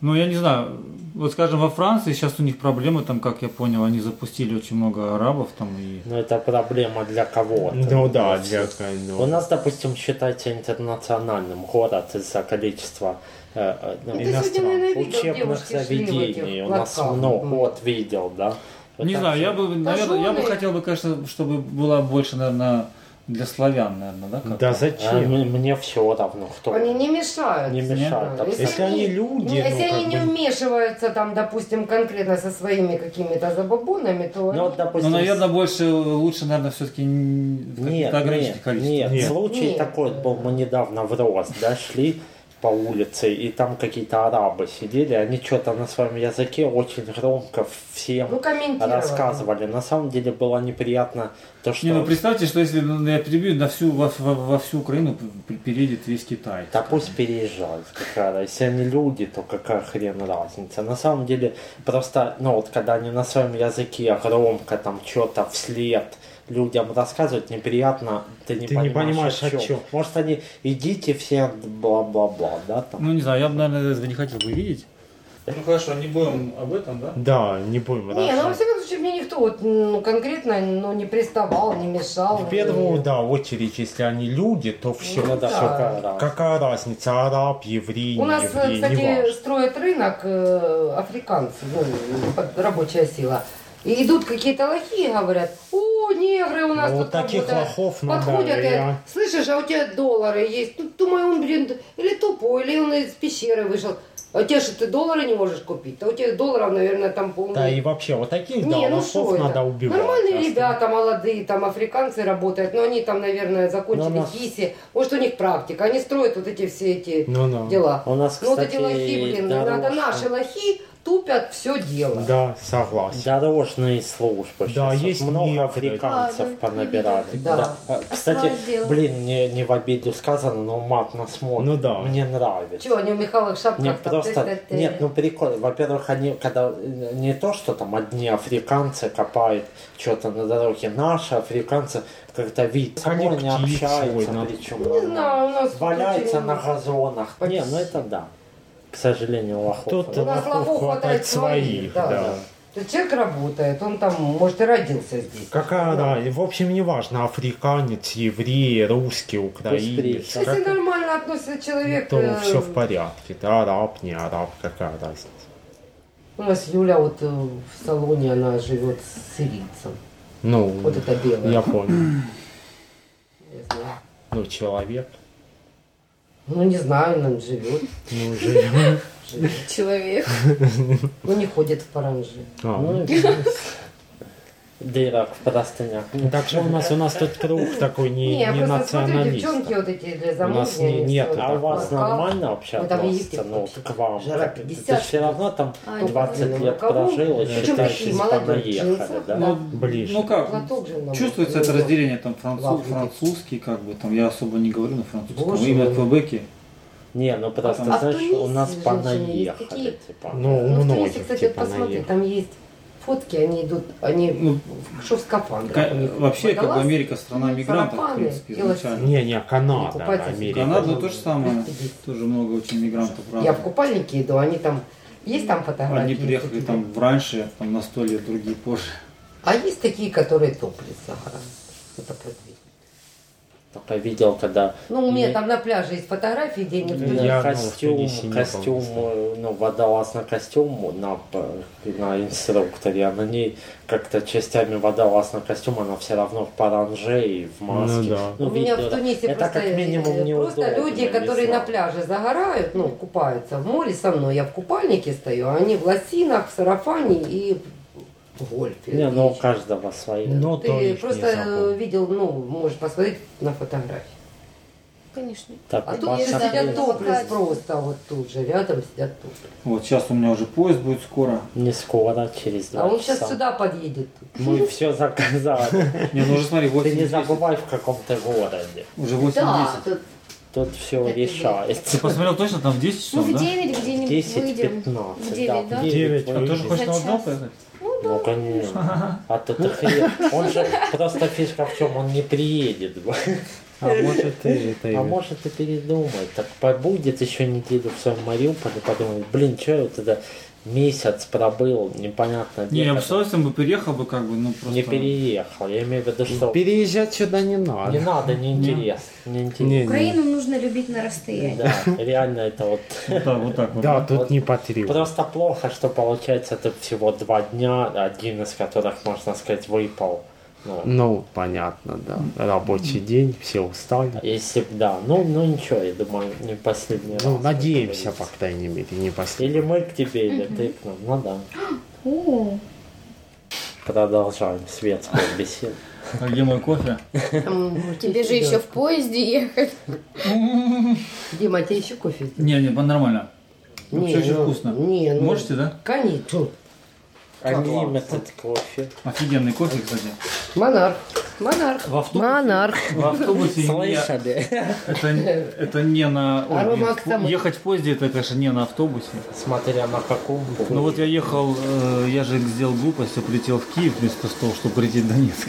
Speaker 1: Ну, я не знаю, вот скажем, во Франции сейчас у них проблемы, там, как я понял, они запустили очень много арабов там и...
Speaker 4: Ну, это проблема для кого-то.
Speaker 5: Ну да,
Speaker 4: Для
Speaker 5: для ну,
Speaker 4: всех. У нас, допустим, считайте интернациональным город из-за количества э, э, ну,
Speaker 2: Ну, ты сегодня, наверное, видел,
Speaker 4: учебных
Speaker 2: девушки шли в этих ну.
Speaker 4: заведений. У нас
Speaker 2: платках.
Speaker 4: много.
Speaker 2: Мгм.
Speaker 4: Вот видел, да? Вот
Speaker 1: Не
Speaker 4: так
Speaker 1: знаю,
Speaker 4: же.
Speaker 1: я бы, наверное, я бы
Speaker 2: жены.
Speaker 1: хотел бы, конечно, чтобы была больше, наверное, Для славян, наверное, да? как-то?
Speaker 5: Да
Speaker 4: А
Speaker 5: зачем?
Speaker 4: м- мне все равно, кто.
Speaker 2: Они не мешают.
Speaker 4: Не мешают.
Speaker 2: Да,
Speaker 5: Если они люди,
Speaker 2: не-
Speaker 5: ну,
Speaker 2: если
Speaker 5: как
Speaker 2: они не
Speaker 5: бы-
Speaker 2: вмешиваются там, допустим, конкретно со своими какими-то забабонами, то
Speaker 4: Ну, вот,
Speaker 2: они-
Speaker 1: Ну,
Speaker 4: допустим,
Speaker 1: наверное, больше лучше, наверное, все-таки в
Speaker 4: Нет,
Speaker 1: каких-то ограниченных
Speaker 4: нет,
Speaker 1: количествах.
Speaker 4: нет.
Speaker 5: Нет.
Speaker 4: Случай
Speaker 2: Нет.
Speaker 4: такой был, мы недавно в Рос, да, шли по улице, и там какие-то арабы сидели, они что-то на своем языке очень громко всем
Speaker 2: ну комментировать.
Speaker 4: рассказывали. На самом деле было неприятно то, что...
Speaker 1: Не, ну представьте, что если ну, я перебью, на всю, во, во- во всю Украину п- п- переедет весь Китай.
Speaker 4: Да пусть переезжают, какая разница. Если они люди, то какая хрен разница. На самом деле, просто, ну вот, когда они на своем языке громко там что-то вслед людям рассказывают, неприятно, ты не,
Speaker 5: Ты не
Speaker 4: понимаешь,
Speaker 5: понимаешь, о
Speaker 4: чём.
Speaker 5: чём.
Speaker 4: Может, они, идите все, бла-бла-бла, да, там.
Speaker 1: Ну, не знаю, я бы, наверное, этого не хотел бы видеть. Ну, хорошо, не будем об этом, да?
Speaker 5: Да, не будем
Speaker 2: Не, ну во
Speaker 5: разжевывать.
Speaker 2: всяком случае мне никто вот, ну, конкретно ну, не приставал, не мешал.
Speaker 5: В первую,
Speaker 2: не-
Speaker 5: да, очередь, если они люди, то все.
Speaker 4: Ну
Speaker 2: да.
Speaker 4: да, какая разница.
Speaker 5: Какая разница, араб, еврей,
Speaker 2: У
Speaker 5: не
Speaker 2: нас, э,
Speaker 5: еврей, не
Speaker 2: кстати,
Speaker 5: важно.
Speaker 2: строят рынок э, африканцев, ну, под- рабочая сила. И идут какие-то лохи и говорят, о, негры у нас
Speaker 5: Ну,
Speaker 2: тут
Speaker 5: вот таких
Speaker 2: работают».
Speaker 5: лохов
Speaker 4: Ну
Speaker 5: надо, э,
Speaker 2: подходят и
Speaker 5: я-
Speaker 2: слышишь, а у тебя доллары есть. Ну, думаю, он, блин, или тупой, или он из пещеры вышел. А у тебя же ты доллары не можешь купить. Да у тебя долларов, наверное, там полный.
Speaker 5: Да и вообще, вот таких, да,
Speaker 2: Не, ну
Speaker 5: лохов
Speaker 2: что это?
Speaker 5: надо убивать.
Speaker 2: Нормальные
Speaker 5: просто.
Speaker 2: ребята, молодые, там африканцы работают, но они там, наверное,
Speaker 4: Ну, у
Speaker 2: закончили
Speaker 4: нас-
Speaker 2: КИСИ. Может, у них практика. Они строят вот эти все эти
Speaker 5: Ну да.
Speaker 2: дела.
Speaker 4: У нас,
Speaker 2: ну, вот
Speaker 4: а, кстати,
Speaker 2: эти лохи, блин, ну,
Speaker 4: дорожка.
Speaker 2: надо наши лохи тупят все дело.
Speaker 5: Да, согласен.
Speaker 4: Дорожные службы.
Speaker 5: Да,
Speaker 4: Сейчас
Speaker 5: есть
Speaker 4: много
Speaker 5: некоторые.
Speaker 4: африканцев
Speaker 3: А, да,
Speaker 4: понабирали.
Speaker 2: ну, да.
Speaker 4: А, Кстати,
Speaker 3: Освободил.
Speaker 4: блин, не, не в обиду сказано, но мат на смотр.
Speaker 5: Ну да.
Speaker 4: Мне нравится.
Speaker 2: Чего, они в Михалых шапках
Speaker 4: Нет,
Speaker 2: там,
Speaker 4: просто...
Speaker 2: тэ-тэ-тэ.
Speaker 4: Нет, ну прикольно. Во-первых, они когда... Не то, что там одни африканцы копают что-то на дороге. Наши африканцы как-то видят.
Speaker 5: Они
Speaker 4: Они не
Speaker 5: птиц
Speaker 4: общаются,
Speaker 5: ловят.
Speaker 4: причем.
Speaker 2: Не знаю, у нас тут
Speaker 4: Валяются
Speaker 2: очень-
Speaker 4: на газонах. Не, ну это да. К сожалению, лохов.
Speaker 5: Тут- э,
Speaker 2: У нас
Speaker 5: лохов
Speaker 2: лохов хватает
Speaker 5: хватает своих,
Speaker 2: своих,
Speaker 5: да.
Speaker 2: да. То есть человек работает, он там, может, и родился здесь.
Speaker 5: Какая, да, и, в общем, неважно, африканец, еврей, русский, украинец.
Speaker 4: приезжает.
Speaker 5: как-
Speaker 2: Если нормально относится человек...
Speaker 5: Ну, то
Speaker 2: э,
Speaker 5: все в порядке. Да, араб, не араб, какая разница.
Speaker 2: У нас Юля вот э, в салоне, она живет с сирийцем.
Speaker 5: Ну,
Speaker 2: Вот это белое.
Speaker 5: я понял.
Speaker 2: Я знаю.
Speaker 5: Ну, человек.
Speaker 2: Ну, не знаю, он живет.
Speaker 5: Ну, живем.
Speaker 3: Человек.
Speaker 2: Ну, не ходит в паранже.
Speaker 5: А,
Speaker 4: Ну,
Speaker 5: ну,
Speaker 4: Дыра в простынях.
Speaker 5: Так что у нас у нас тут круг такой не,
Speaker 2: Не, я
Speaker 5: не
Speaker 2: просто смотрю,
Speaker 5: националист.
Speaker 2: девчонки вот эти для
Speaker 5: У нас не-
Speaker 2: замужней. они
Speaker 5: нет,
Speaker 2: всё
Speaker 4: А у вас
Speaker 2: локал.
Speaker 4: нормально вообще
Speaker 2: Ну, там
Speaker 4: относятся,
Speaker 2: Египет
Speaker 4: ну, вот
Speaker 2: вообще.
Speaker 4: к вам?
Speaker 2: Жара
Speaker 4: Как это?
Speaker 2: 50,
Speaker 4: Ты все равно там
Speaker 3: А,
Speaker 4: 20
Speaker 2: ну,
Speaker 4: лет
Speaker 2: кого?
Speaker 4: прожил, и
Speaker 2: Причём
Speaker 4: считаешь,
Speaker 2: такие
Speaker 4: из
Speaker 2: молодые, в
Speaker 4: понаехали,
Speaker 2: джинсах,
Speaker 4: да?
Speaker 1: Ну,
Speaker 5: Ближе.
Speaker 1: ну как,
Speaker 2: Платок же надо.
Speaker 1: чувствуется это разделение, там, француз,
Speaker 2: Лаврики.
Speaker 1: французский, как бы, там, я особо не говорю на французском,
Speaker 2: Боже
Speaker 1: именно
Speaker 2: мой.
Speaker 1: в Квебеке.
Speaker 4: Не, ну просто,
Speaker 1: А в
Speaker 4: знаешь, у
Speaker 2: Тунисе
Speaker 4: нас
Speaker 2: женщины есть
Speaker 4: понаехали,
Speaker 2: такие?
Speaker 4: типа.
Speaker 5: Ну, у
Speaker 2: Ну, в Тунисе,
Speaker 5: многих,
Speaker 2: кстати, вот
Speaker 5: типа,
Speaker 2: посмотри,
Speaker 5: наех.
Speaker 2: там есть фотки, они идут, они
Speaker 1: Ну,
Speaker 2: что в скафандрах.
Speaker 1: ка-
Speaker 2: у них
Speaker 1: вообще, как бы,
Speaker 2: водолаз,
Speaker 1: Америка страна мигрантов, в
Speaker 2: сарафаны,
Speaker 1: принципе,
Speaker 2: делать
Speaker 1: изначально.
Speaker 5: Не, не, Канада,
Speaker 2: Покупатель.
Speaker 5: Америка.
Speaker 1: Канада то же самое,
Speaker 2: Господи.
Speaker 1: тоже много очень мигрантов,
Speaker 2: Я
Speaker 1: правда.
Speaker 2: в купальнике иду, они там... Есть там фотографии?
Speaker 1: Одни приехали
Speaker 2: такие?
Speaker 1: там раньше, там на сто лет, другие позже.
Speaker 2: А есть такие, которые топлят сахаром. Это продвинутые.
Speaker 4: Только Ну, видел, когда
Speaker 2: Ну, у меня
Speaker 4: Не-
Speaker 2: там на пляже есть фотографии, где они... в
Speaker 5: Я
Speaker 4: ну,
Speaker 2: Тунисе.
Speaker 5: думал, что
Speaker 4: костюм,
Speaker 5: не сильно
Speaker 4: костюм, э, ну, водолазный костюм на, п- на инструкторе, а на ней как-то частями водолазный костюм, она все равно в паранже и в маске.
Speaker 5: Ну да.
Speaker 4: Ну,
Speaker 2: У меня в
Speaker 4: видно,
Speaker 2: Тунисе
Speaker 4: это
Speaker 2: просто,
Speaker 4: как минимум
Speaker 2: э, просто
Speaker 4: неудобно,
Speaker 2: люди,
Speaker 4: не
Speaker 2: которые на
Speaker 4: знаю.
Speaker 2: пляже загорают, ну, купаются в море со мной, я в купальнике стою, а они в лосинах, в сарафане и в гольфе.
Speaker 4: Не, ну у каждого свои.
Speaker 5: Ну, то
Speaker 2: Ты
Speaker 5: лишь
Speaker 2: просто
Speaker 5: не забыл.
Speaker 2: э, видел, ну, можешь посмотреть на фотографии.
Speaker 3: Конечно.
Speaker 4: Так,
Speaker 2: А
Speaker 4: у
Speaker 2: тут
Speaker 4: вас
Speaker 2: же
Speaker 3: Маша,
Speaker 2: сидят
Speaker 4: есть-
Speaker 3: конечно.
Speaker 2: топлес просто, вот тут же, рядом сидят топлес.
Speaker 1: Вот сейчас у меня уже поезд будет скоро.
Speaker 4: Не скоро, через два
Speaker 2: А он
Speaker 4: часа.
Speaker 2: сейчас сюда подъедет.
Speaker 4: Мы все заказали.
Speaker 1: Не, ну уже смотри,
Speaker 4: Ты не
Speaker 1: 8-10,
Speaker 4: забывай, в каком ты городе.
Speaker 1: уже 8-10.
Speaker 2: Да, тут
Speaker 4: Тут все
Speaker 3: Это
Speaker 1: Ты
Speaker 4: решается.
Speaker 1: посмотрел точно, там в 10
Speaker 3: Ну,
Speaker 1: часов,
Speaker 3: в
Speaker 1: да?
Speaker 3: 9 где-нибудь выйдем.
Speaker 4: 10-15.
Speaker 3: В 9, да?
Speaker 4: в
Speaker 5: Девять,
Speaker 1: А тоже
Speaker 5: За
Speaker 1: хочешь на
Speaker 3: час.
Speaker 1: вокзал поехать?
Speaker 4: Ну, конечно. А то ты хрен. Он же просто фишка в чем, он не приедет.
Speaker 5: А может и это
Speaker 4: А
Speaker 5: и-
Speaker 4: может и передумает. Так побудет еще неделю в своем Мариуполе, подумает, блин, что я вот это месяц пробыл, непонятно где.
Speaker 1: Не, я бы с
Speaker 4: когда.
Speaker 1: удовольствием бы переехал бы, как бы, ну просто...
Speaker 4: не переехал. Я имею в виду, что
Speaker 5: Переезжать сюда не
Speaker 4: не
Speaker 5: надо.
Speaker 4: надо, не интересно. Не интересно.
Speaker 5: Не, не.
Speaker 3: Украину нужно любить на расстоянии.
Speaker 4: Да, реально это вот
Speaker 1: Вот так, вот так вот.
Speaker 5: Да, тут не потребуется.
Speaker 4: Просто плохо, что получается это всего два дня, один из которых, можно сказать, выпал Ну,
Speaker 5: Ну, понятно, да. Рабочий день, все устали.
Speaker 4: если б да, ну, ну ничего, я думаю, не последний раз.
Speaker 5: Ну,
Speaker 4: как
Speaker 5: надеемся, по
Speaker 4: говорится.
Speaker 5: крайней мере, не последний.
Speaker 4: Или мы к тебе, или ты к нам. Ну да.
Speaker 3: О,
Speaker 4: Продолжаем светскую беседу.
Speaker 1: А где мой кофе?
Speaker 2: М,
Speaker 3: тебе же еще в поезде ехать.
Speaker 2: Дима, тебе еще кофе?
Speaker 1: Не, не, нормально.
Speaker 2: Не,
Speaker 1: Все очень
Speaker 2: ну,
Speaker 1: вкусно.
Speaker 2: не, ну.
Speaker 1: Можете, да?
Speaker 2: Конечно.
Speaker 1: А
Speaker 4: Unlimited кофе.
Speaker 1: Офигенный кофе, кстати.
Speaker 2: Монарх. Монарх.
Speaker 1: В автобусе,
Speaker 2: Монарх.
Speaker 1: в автобусе не-
Speaker 4: Слышали?
Speaker 1: это, это не на... ой,
Speaker 2: Аромат
Speaker 1: нет, в-
Speaker 2: там-
Speaker 1: ехать в поезде, это, конечно, не на автобусе.
Speaker 4: Смотря на каком
Speaker 1: Ну вот я ехал, э, я же сделал глупость, я прилетел в Киев вместо того, чтобы прилететь в Донецк.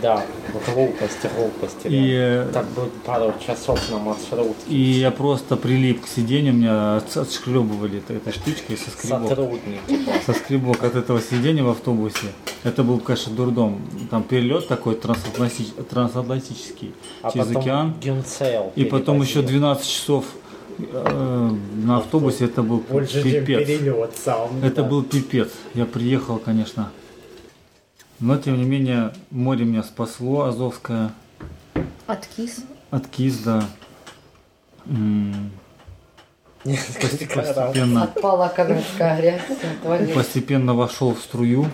Speaker 4: Да, вот глупости, глупости.
Speaker 1: И,
Speaker 4: реально.
Speaker 1: э,
Speaker 4: Так будет пару часов на маршрутке.
Speaker 1: И я просто прилип к сиденью, меня отс- отшкребывали этой, этой штучкой со скребок.
Speaker 4: Сотрудники.
Speaker 1: Со скребок от этого сидения в автобусе. Это был, конечно, дурдом. Там перелет такой трансатланти- трансатлантический
Speaker 4: А
Speaker 1: через
Speaker 4: потом
Speaker 1: океан.
Speaker 4: Гюнцел.
Speaker 1: И потом еще
Speaker 4: перевозил.
Speaker 1: 12 часов э, на автобусе это был
Speaker 5: Больше, чем
Speaker 1: пипец.
Speaker 5: перелет сам.
Speaker 1: Это был пипец. Я приехал, конечно. Но тем не менее, море меня спасло, Азовское,
Speaker 3: Откис.
Speaker 1: от Кизда. М,
Speaker 4: Несколько раз.
Speaker 1: Постепенно
Speaker 2: Отпала канадская грязь. отвалилась.
Speaker 1: постепенно вошел в струю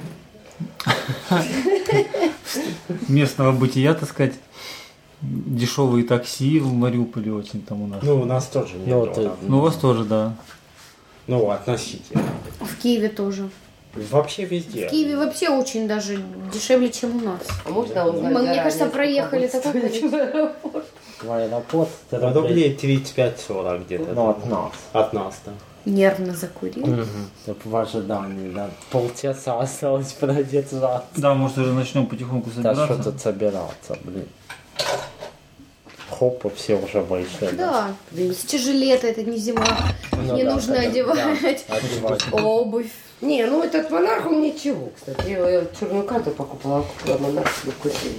Speaker 1: местного бытия, так сказать. Дешевые такси в Мариуполе очень там у нас.
Speaker 5: Ну, у нас тоже не
Speaker 4: Ну,
Speaker 5: было.
Speaker 4: ты-
Speaker 5: да.
Speaker 1: Ну, у вас тоже, да.
Speaker 5: Ну, относительно.
Speaker 3: В Киеве тоже.
Speaker 5: Вообще везде.
Speaker 3: В Киеве вообще очень даже дешевле, чем у нас.
Speaker 2: А можно узнать?
Speaker 3: Мы, мне
Speaker 2: заранее,
Speaker 3: кажется,
Speaker 2: сколько
Speaker 3: проехали
Speaker 2: будет
Speaker 3: такой
Speaker 2: стоить?
Speaker 3: количество.
Speaker 4: В аэропорт. ты
Speaker 5: Рублей 35-40 где-то.
Speaker 4: Ну, от нас.
Speaker 5: От нас, да.
Speaker 3: Нервно закурил.
Speaker 4: Чтоб в ожидании, да. Полчаса осталось продержаться.
Speaker 1: Да, может уже начнем потихоньку
Speaker 4: Да что
Speaker 1: собираться.
Speaker 4: тут собираться, блин. Хоп, и все уже вышли.
Speaker 3: Да, с тяжелета это не зима.
Speaker 4: Ну
Speaker 3: не
Speaker 4: да,
Speaker 3: нужно
Speaker 4: да, да,
Speaker 3: одевать
Speaker 4: да, одевать.
Speaker 3: обувь.
Speaker 2: Не, ну этот монарх, он ничего, кстати. Я, я черную карту покупала, а купила монарх себе купили.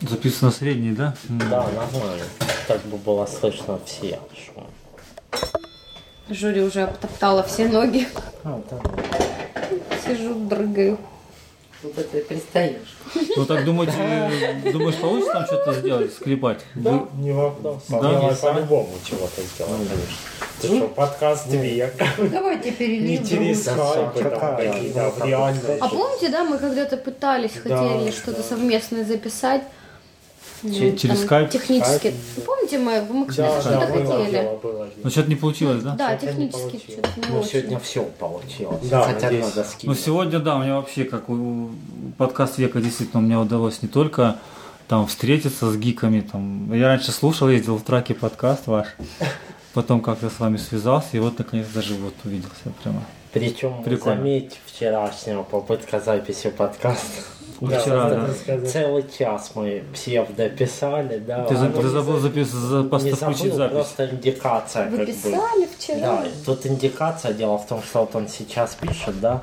Speaker 1: Записано средний, да? М.
Speaker 4: Да, нормально. Так бы было слышно все. что-
Speaker 3: Жюри уже обтоптала все ноги.
Speaker 4: А, да.
Speaker 3: Сижу, дрыгаю.
Speaker 2: Вот это и пристаешь.
Speaker 1: Ну так думаете, э, думаешь, получится там что-то сделать, склепать? Вы-
Speaker 5: Ну, Не вопрос.
Speaker 1: Да,
Speaker 5: Давай
Speaker 1: не
Speaker 5: по-любому чего-то сделать, конечно. Ты
Speaker 4: Ну,
Speaker 5: что, подкаст век.
Speaker 2: Ну, Давайте
Speaker 5: Не
Speaker 2: перелив
Speaker 5: через
Speaker 2: друг.
Speaker 5: скайпы, там
Speaker 4: какая
Speaker 5: какие-то,
Speaker 4: разница,
Speaker 5: в
Speaker 4: как
Speaker 5: реальной
Speaker 3: А помните, да, мы когда-то пытались, хотели что-то совместное записать? Ну,
Speaker 1: через
Speaker 3: там
Speaker 1: скайп?
Speaker 3: Технически. Помните, мы, мы
Speaker 5: Да,
Speaker 3: что-то
Speaker 5: да, было,
Speaker 3: хотели?
Speaker 5: дело, было.
Speaker 1: Ну что-то не получилось, да?
Speaker 3: Да,
Speaker 4: Что-то не
Speaker 3: технически
Speaker 4: А получилось.
Speaker 3: что-то не
Speaker 4: Ну,
Speaker 3: очень.
Speaker 4: сегодня все получилось.
Speaker 5: Да,
Speaker 4: Хотя
Speaker 5: надеюсь.
Speaker 4: надо
Speaker 1: Ну
Speaker 4: скинуть.
Speaker 1: сегодня, да, мне вообще как у- подкаст века действительно мне удалось не только там встретиться с гиками, там я раньше слушал, ездил в траке подкаст ваш, потом как-то с вами связался и вот наконец даже вот увиделся прямо.
Speaker 4: Причем,
Speaker 1: Прикольно.
Speaker 4: заметь, вчерашняя попытка записи подкаста.
Speaker 5: Да,
Speaker 1: Вчера,
Speaker 5: надо
Speaker 1: да.
Speaker 5: сказать.
Speaker 4: Целый час мы псевдо писали,
Speaker 3: Ну,
Speaker 4: да.
Speaker 1: Ты, за-
Speaker 4: оно
Speaker 1: ты
Speaker 4: не
Speaker 1: забыл
Speaker 4: за-
Speaker 1: запис, за-
Speaker 4: не
Speaker 1: просто
Speaker 4: забыл,
Speaker 1: включить запись.
Speaker 4: просто индикация
Speaker 3: Вы
Speaker 4: как бы.
Speaker 3: писали вчера?
Speaker 4: Да, и тут индикация, дело в том, что вот он сейчас пишет, да,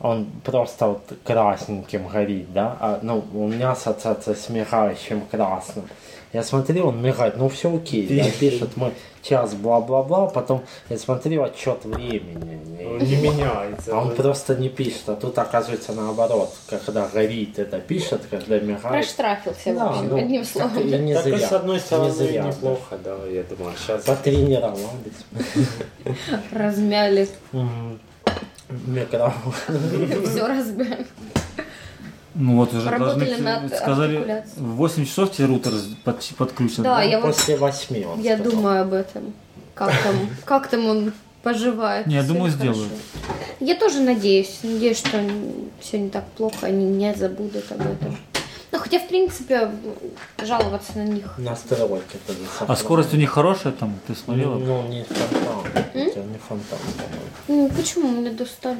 Speaker 4: он просто вот красненьким горит, да, а, ну, у меня ассоциация с мигающим красным. Я смотрю, он мигает, ну все окей, да, пишет, мы час бла-бла-бла, потом я смотрю отчет времени.
Speaker 5: Он
Speaker 4: не-
Speaker 5: Ну, не меняется.
Speaker 4: А он просто не пишет, а тут оказывается наоборот, когда горит это пишет, когда мигает.
Speaker 3: Проштрафился, в
Speaker 4: Да,
Speaker 3: общем,
Speaker 4: ну,
Speaker 3: одним словом.
Speaker 4: так и не
Speaker 5: Так и
Speaker 4: зря,
Speaker 5: с одной стороны
Speaker 4: не зря, да.
Speaker 5: неплохо, да, я думаю, сейчас.
Speaker 4: Потренировались.
Speaker 3: Размяли.
Speaker 4: Микрофон.
Speaker 3: Все размяли.
Speaker 1: Ну вот уже
Speaker 3: Работали
Speaker 1: должны
Speaker 3: над
Speaker 1: сказали
Speaker 3: артикуляцией.
Speaker 1: в 8 часов тебе рутер под- подключат. А
Speaker 3: Да, А я вот
Speaker 4: Ну, После восьми он
Speaker 3: Я
Speaker 4: сказал.
Speaker 3: думаю об этом. Как там, как там он поживает?
Speaker 1: Не, я
Speaker 3: Всё
Speaker 1: думаю,
Speaker 3: ли хорошо?
Speaker 1: сделают.
Speaker 3: Я тоже надеюсь. Надеюсь, что все не так плохо, они не забудут об этом. Ну, хотя, в принципе, жаловаться на них.
Speaker 4: Настройки тоже
Speaker 1: А скорость у них хорошая там, ты смотрела?
Speaker 4: Ну, не фонтан. Это не фонтан, по-моему.
Speaker 3: Ну, почему мне достали?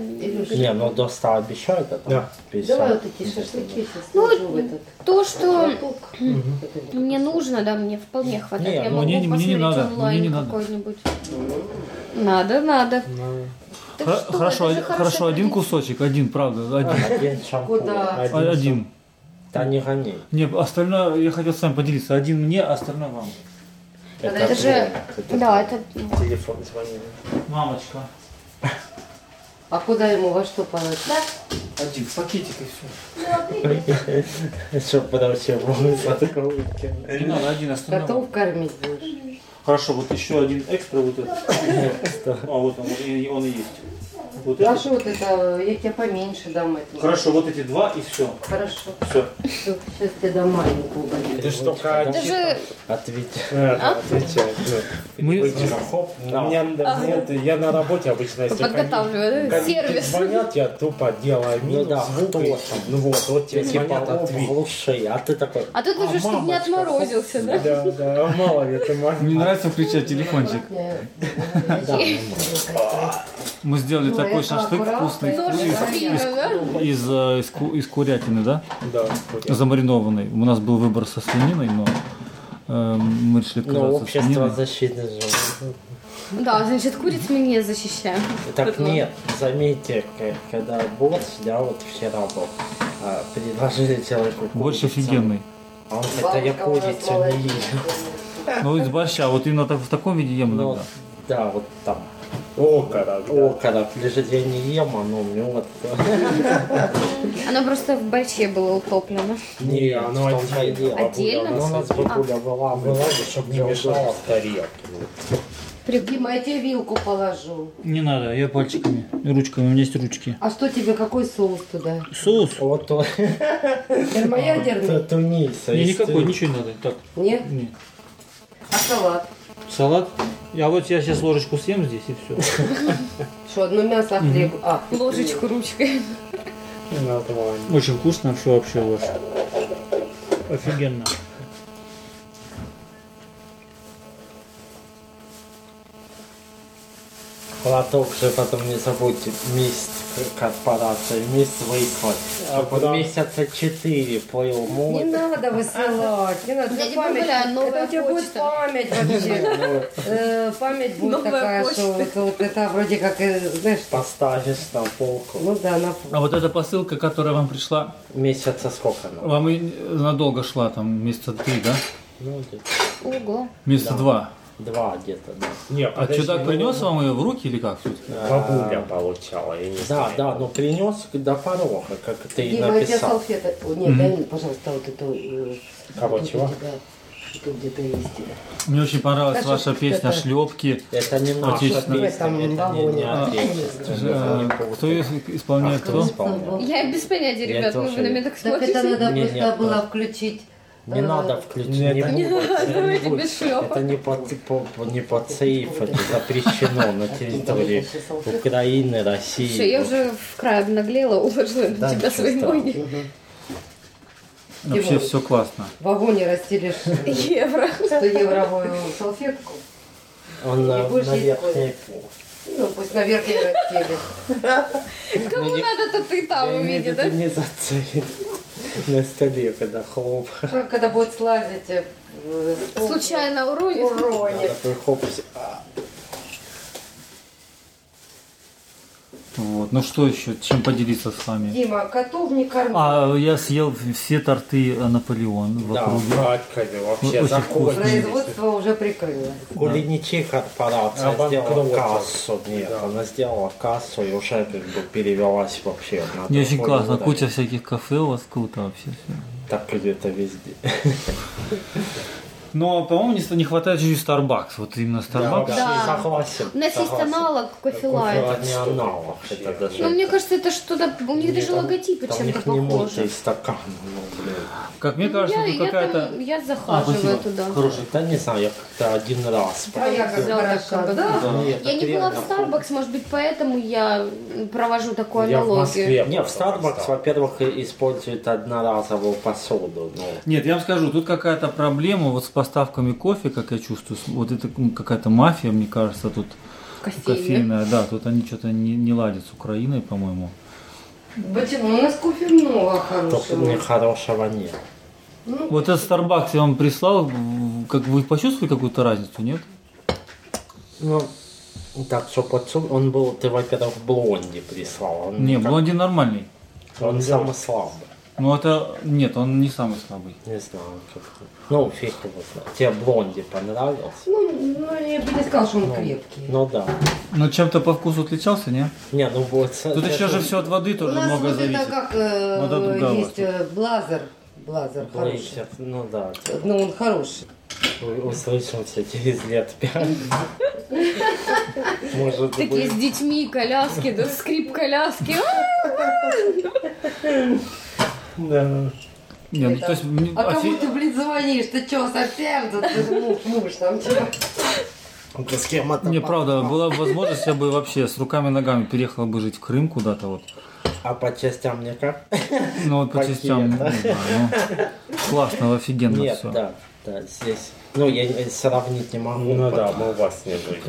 Speaker 4: Не, ну до 100 обещают, а там
Speaker 5: Да.
Speaker 4: 50.
Speaker 2: Давай вот такие шашлыки сейчас
Speaker 3: Ну,
Speaker 2: сложу в этот
Speaker 3: То, что
Speaker 2: лоток. Вот это вот.
Speaker 3: мне нужно, да, мне вполне хватает.
Speaker 4: Не,
Speaker 3: я
Speaker 4: ну,
Speaker 3: могу
Speaker 1: мне- мне не
Speaker 3: посмотреть
Speaker 1: надо, мне
Speaker 3: онлайн
Speaker 1: не надо.
Speaker 3: какой-нибудь. Надо, надо. Так
Speaker 1: Хра-
Speaker 3: что,
Speaker 1: хорошо,
Speaker 3: это же
Speaker 1: один- хорошо,
Speaker 3: хорошая
Speaker 1: один
Speaker 3: традиция.
Speaker 1: кусочек, один, правда, один.
Speaker 4: Один шампунь.
Speaker 2: Куда?
Speaker 1: А- Один.
Speaker 4: Да не гони.
Speaker 1: Не, остальное я хотел с вами поделиться. Один мне, а остальное вам.
Speaker 3: Это же,
Speaker 4: твой,
Speaker 3: да, это
Speaker 4: твой. Телефон звонил.
Speaker 1: Мамочка.
Speaker 2: А куда ему во что положить?
Speaker 6: Один пакетик и все.
Speaker 4: Чтобы потом все было сладко выкинуть.
Speaker 1: Э,
Speaker 6: Не надо, один останавливай.
Speaker 2: Котов кормить будешь?
Speaker 1: Хорошо, вот еще один экстра вот этот. А вот он, и- он и есть. Вот
Speaker 2: Ну а
Speaker 1: этот.
Speaker 2: что вот это, я тебе поменьше дам это.
Speaker 1: Хорошо, вот эти два и все.
Speaker 2: Хорошо.
Speaker 1: Все.
Speaker 2: Сейчас тебе дам маленькую угодишь.
Speaker 4: Ты что,
Speaker 3: Это же
Speaker 4: Отвечай. Отвечай.
Speaker 1: Мы...
Speaker 5: Хоп, у меня нет, я на работе обычно, если
Speaker 3: подготавливаю да?
Speaker 5: они- они
Speaker 3: сервис.
Speaker 5: звонят, я тупо делаю
Speaker 4: Ну
Speaker 5: минус
Speaker 4: да,
Speaker 5: звук,
Speaker 4: кто
Speaker 5: и-
Speaker 4: там?
Speaker 5: ну вот, вот тебе
Speaker 4: Типа,
Speaker 5: звонят,
Speaker 4: оп,
Speaker 5: ответь.
Speaker 4: глуши, а ты такой...
Speaker 3: А тут уже, чтобы не отморозился, да?
Speaker 5: Да, да, мало ли ты мать.
Speaker 1: Мне нравится включать телефончик. Мы сделали такой шашлык вкусный
Speaker 3: Ножик в
Speaker 1: из,
Speaker 3: спину, да?
Speaker 1: из, э, из ку- из курятины, да?
Speaker 5: Да,
Speaker 1: Замаринованной. У нас был выбор со свининой, но э, мы решили
Speaker 4: Ну,
Speaker 1: отказаться от
Speaker 4: общество
Speaker 1: свинины.
Speaker 4: защиты животных.
Speaker 3: Да, значит, куриц мы не защищаем.
Speaker 4: Так нет, заметьте, к- когда борщ, да, вот вчера был, а, предложили человеку курицу.
Speaker 1: Больше офигенный.
Speaker 4: А он говорит, да я курицу не ем.
Speaker 1: Ну, из борща, вот именно так, в таком виде ем
Speaker 4: Ну,
Speaker 1: иногда.
Speaker 4: да, вот там
Speaker 5: О, короче.
Speaker 4: окорок лежит, я не ем, а оно мне вот...
Speaker 3: Оно просто в борще было утоплено.
Speaker 4: Не,
Speaker 5: оно
Speaker 4: в том-то и дело.
Speaker 3: Отдельно?
Speaker 4: Ну, у нас бабуля была, была,
Speaker 5: чтобы не мешало в тарелке.
Speaker 2: Дима, я тебе вилку положу.
Speaker 1: Не надо, я пальчиками, ручками, у меня есть ручки.
Speaker 2: А что тебе, какой соус туда?
Speaker 1: Соус?
Speaker 4: Вот то,
Speaker 2: Термоядерный?
Speaker 4: Туниса.
Speaker 1: Не,
Speaker 4: из
Speaker 5: э,
Speaker 1: никакой,
Speaker 4: Ту-
Speaker 1: ничего не надо. Так,
Speaker 2: Нет?
Speaker 1: не.
Speaker 2: А салат?
Speaker 1: салат. А вот я сейчас ложечку съем здесь и все.
Speaker 2: Что, одно мясо, а хлеб? А,
Speaker 3: Ложечку ручкой.
Speaker 5: Название.
Speaker 1: Очень вкусно все вообще ваше. Офигенно.
Speaker 4: Платок же потом не забудьте, мисс корпорации, мисс выслать.
Speaker 5: куда?
Speaker 4: Чтобы месяца четыре плыл
Speaker 2: Не
Speaker 4: море.
Speaker 2: надо высылать, А, не надо.
Speaker 3: Дядя
Speaker 2: память,
Speaker 3: Бабуля,
Speaker 2: это
Speaker 3: новая
Speaker 2: у тебя будет
Speaker 3: почта.
Speaker 2: память вообще. Э, Память будет
Speaker 3: Новая
Speaker 2: такая,
Speaker 3: почта.
Speaker 2: что вот- вот это вроде как, э, знаешь,
Speaker 4: Поставишь на полку.
Speaker 2: ну да, на
Speaker 1: А вот эта посылка, которая вам пришла,
Speaker 4: Месяца сколько нам?
Speaker 1: вам и надолго шла, там, месяца три, да?
Speaker 4: Ну, где-то
Speaker 3: Ого.
Speaker 1: Месяца два.
Speaker 4: два где-то, да.
Speaker 5: Не,
Speaker 1: А
Speaker 5: подожди,
Speaker 1: чудак
Speaker 5: ну,
Speaker 1: принес вам ее в руки или как? тут?
Speaker 5: Бабуля получала, я не
Speaker 4: А. Да,
Speaker 5: знаю.
Speaker 4: да, но принес до порога, как ты и
Speaker 2: Дима, я тебе
Speaker 4: написал.
Speaker 2: салфеток. О, нет, дай мне, пожалуйста, вот эту... э,
Speaker 4: Кого,
Speaker 2: вот
Speaker 4: чего?
Speaker 2: у тебя, Что где-то есть.
Speaker 1: Мне очень понравилась
Speaker 2: Даже
Speaker 1: ваша песня
Speaker 2: это-
Speaker 1: «Шлепки».
Speaker 4: Это не наша
Speaker 1: Отечественная.
Speaker 4: песня,
Speaker 2: Там
Speaker 4: это не, не
Speaker 2: Володя.
Speaker 1: Э,
Speaker 4: отечественная.
Speaker 1: Кто ее
Speaker 5: А,
Speaker 1: исполняет? Кто?
Speaker 3: Я без понятия,
Speaker 4: Я
Speaker 3: ребят, ну вы
Speaker 4: тоже.
Speaker 3: на меня так
Speaker 2: Так это
Speaker 3: смотрите.
Speaker 2: надо
Speaker 4: Не,
Speaker 2: просто
Speaker 4: нет,
Speaker 2: было
Speaker 4: да.
Speaker 2: включить.
Speaker 4: Не
Speaker 2: э,
Speaker 4: надо включить.
Speaker 5: Нет,
Speaker 4: не
Speaker 5: это
Speaker 4: будет,
Speaker 3: давайте
Speaker 4: не будет.
Speaker 3: без шлёпок.
Speaker 4: Это не по, по- не по сейф, это запрещено на территории Украины, России.
Speaker 3: Все, я уже в край обнаглела, уложила
Speaker 4: Да,
Speaker 3: на тебя
Speaker 4: ничего
Speaker 3: свои ноги.
Speaker 1: Вообще все классно.
Speaker 2: В вагоне растелишь
Speaker 3: Евро.
Speaker 2: 100-евровую э, салфетку.
Speaker 4: Он на,
Speaker 2: будешь
Speaker 4: на
Speaker 2: есть
Speaker 4: верхней
Speaker 2: кофе? Ну, пусть на верхней растелишь.
Speaker 4: Ну,
Speaker 3: Кому надо, то ты там увидишь, А да?
Speaker 4: Это не зацелит. На столе, когда хлоп.
Speaker 2: Как Когда будет слазить... э, стол,
Speaker 3: Случайно уронит.
Speaker 2: Уронит.
Speaker 4: Такой хоп, все. А,
Speaker 1: Вот. Ну что еще? Чем поделиться с вами?
Speaker 2: Дима, котов не корми.
Speaker 1: А я съел все торты э, Наполеон в
Speaker 4: Да.
Speaker 1: округе.
Speaker 5: Братьями А, вообще
Speaker 1: Очень
Speaker 5: закончили.
Speaker 2: Производство уже прикрыло.
Speaker 4: Кулиничи корпорация сделала
Speaker 5: Обанкротилась.
Speaker 4: кассу. Нет, она сделала кассу и уже как бы перевелась вообще. на
Speaker 1: Мне очень
Speaker 4: другой
Speaker 1: классно,
Speaker 4: уровень.
Speaker 1: куча всяких кафе у вас круто вообще.
Speaker 4: Так где-то везде.
Speaker 1: Но, по-моему, не, не хватает чуть-чуть Starbucks. Вот именно Starbucks.
Speaker 4: вообще
Speaker 3: Да.
Speaker 4: Согласен.
Speaker 3: У нас есть
Speaker 4: согласен.
Speaker 3: аналог кофелайт.
Speaker 4: Это не аналог, это даже...
Speaker 3: Но Ну, мне кажется, это что-то... У них даже логотипы
Speaker 4: Там у
Speaker 3: чем-то
Speaker 4: них не
Speaker 3: похожи.
Speaker 4: мультистакан, ну, блин.
Speaker 1: Как мне кажется,
Speaker 3: я,
Speaker 1: тут
Speaker 3: я
Speaker 1: Ну, какая-то...
Speaker 3: там- я
Speaker 1: А, спасибо.
Speaker 3: захаживаю туда.
Speaker 4: Слушай, да не знаю, я как-то один раз...
Speaker 2: А я как
Speaker 3: Взял так,
Speaker 2: хороша,
Speaker 3: как бы,
Speaker 2: да?
Speaker 3: да.
Speaker 4: Нет,
Speaker 3: Я
Speaker 4: так
Speaker 3: не была в
Speaker 4: реально.
Speaker 3: Starbucks, может быть, поэтому я провожу такую
Speaker 5: Я в
Speaker 3: аналогию.
Speaker 5: Москве.
Speaker 4: Не, в Starbucks, во-первых, и- используют одноразовую посуду. Ну,
Speaker 1: Нет, я вам скажу, тут какая-то проблема вот с поставками кофе, как я чувствую. с- Вот это м, какая-то мафия, мне кажется, тут
Speaker 3: Кофейня.
Speaker 1: кофейная. Да, тут они что-то не, не ладят с Украиной, по-моему.
Speaker 2: Почему? У нас кофе много
Speaker 4: только мне
Speaker 2: хорошего.
Speaker 4: хорошего нет.
Speaker 1: Вот этот Starbucks я вам прислал, в- как вы почувствовали какую-то разницу, нет?
Speaker 4: Ну, так что подсу- Он был, ты, во-первых, блонди прислал. Он
Speaker 1: Не,
Speaker 4: Ну, как-
Speaker 1: блондин нормальный.
Speaker 4: Он самый слабый.
Speaker 1: Ну это, нет, он не самый слабый.
Speaker 4: Не знаю, как Ну, фиг его знает. Тебе блонди понравился?
Speaker 2: Ну, ну, я бы не сказал, что он крепкий.
Speaker 4: Ну да.
Speaker 1: Но чем-то по вкусу отличался, не?
Speaker 4: Не, ну вот... с-
Speaker 1: Тут еще же все от воды
Speaker 2: У
Speaker 1: тоже
Speaker 2: нас
Speaker 1: много
Speaker 2: вот
Speaker 1: зависит.
Speaker 2: это как э,
Speaker 1: Вода другая
Speaker 2: есть э, блазер. Блазер хороший.
Speaker 4: Блейзер, Ну да,
Speaker 2: Ну, он хороший.
Speaker 4: у- услышимся через лет пять. Может
Speaker 3: Такие
Speaker 4: быть.
Speaker 3: с детьми, коляски, да скрип коляски. А!
Speaker 4: Да.
Speaker 1: Не, ну,
Speaker 2: Это-
Speaker 1: то есть, м,
Speaker 2: А
Speaker 1: офи-
Speaker 2: кому ты, блин, звонишь? Ты что, совсем? Тут ты муж, муж там чё?
Speaker 4: Ну,
Speaker 5: Это с кем это?
Speaker 1: Не, правда, была бы возможность, я бы вообще с руками и ногами переехала бы жить в Крым куда-то вот.
Speaker 4: А по частям никак?
Speaker 1: Ну вот по
Speaker 4: Пакет,
Speaker 1: частям,
Speaker 4: да?
Speaker 1: не знаю, ну, классно, офигенно
Speaker 4: Нет,
Speaker 1: все.
Speaker 4: да. Да, здесь. Ну, я не- сравнить не могу.
Speaker 5: Ну да,
Speaker 4: потому-
Speaker 5: мы у вас не были.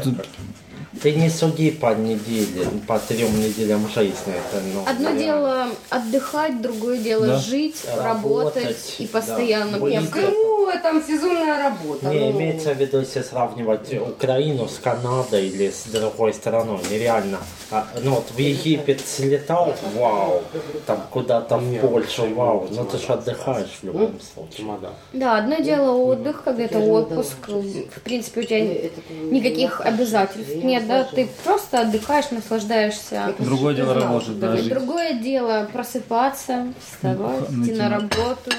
Speaker 4: Ты не суди по неделе, по трем неделям жизни. Это, ну,
Speaker 3: Одно
Speaker 4: я-
Speaker 3: дело отдыхать, другое дело
Speaker 1: Да.
Speaker 3: жить,
Speaker 4: Работать,
Speaker 3: работать и
Speaker 4: да.
Speaker 3: постоянно
Speaker 4: Блин,
Speaker 2: Не, в Крыму э, там сезонная работа.
Speaker 4: Не,
Speaker 2: ну.
Speaker 4: имеется в виду, если сравнивать Украину с Канадой или с другой страной, нереально. А, ну вот в Египет слетал, вау, там куда-то в Польшу, вау, ну ты же отдыхаешь в любом случае.
Speaker 5: Чемодан.
Speaker 3: Да, одно дело отдых, когда это
Speaker 2: Я же не
Speaker 3: отпуск,
Speaker 2: дала.
Speaker 3: в принципе, у
Speaker 2: Э,
Speaker 3: тебя
Speaker 2: это, э,
Speaker 3: никаких
Speaker 2: я сажу,
Speaker 3: обязательств
Speaker 2: я
Speaker 3: нет, да,
Speaker 2: сажу.
Speaker 3: ты просто отдыхаешь, наслаждаешься.
Speaker 2: Это
Speaker 1: Другое
Speaker 2: ж
Speaker 1: дело
Speaker 2: ты знал,
Speaker 1: работать,
Speaker 2: что
Speaker 1: да,
Speaker 2: ты-
Speaker 1: жить.
Speaker 3: Другое дело просыпаться, вставать,
Speaker 1: Ну,
Speaker 3: идти на
Speaker 1: ну,
Speaker 3: работу.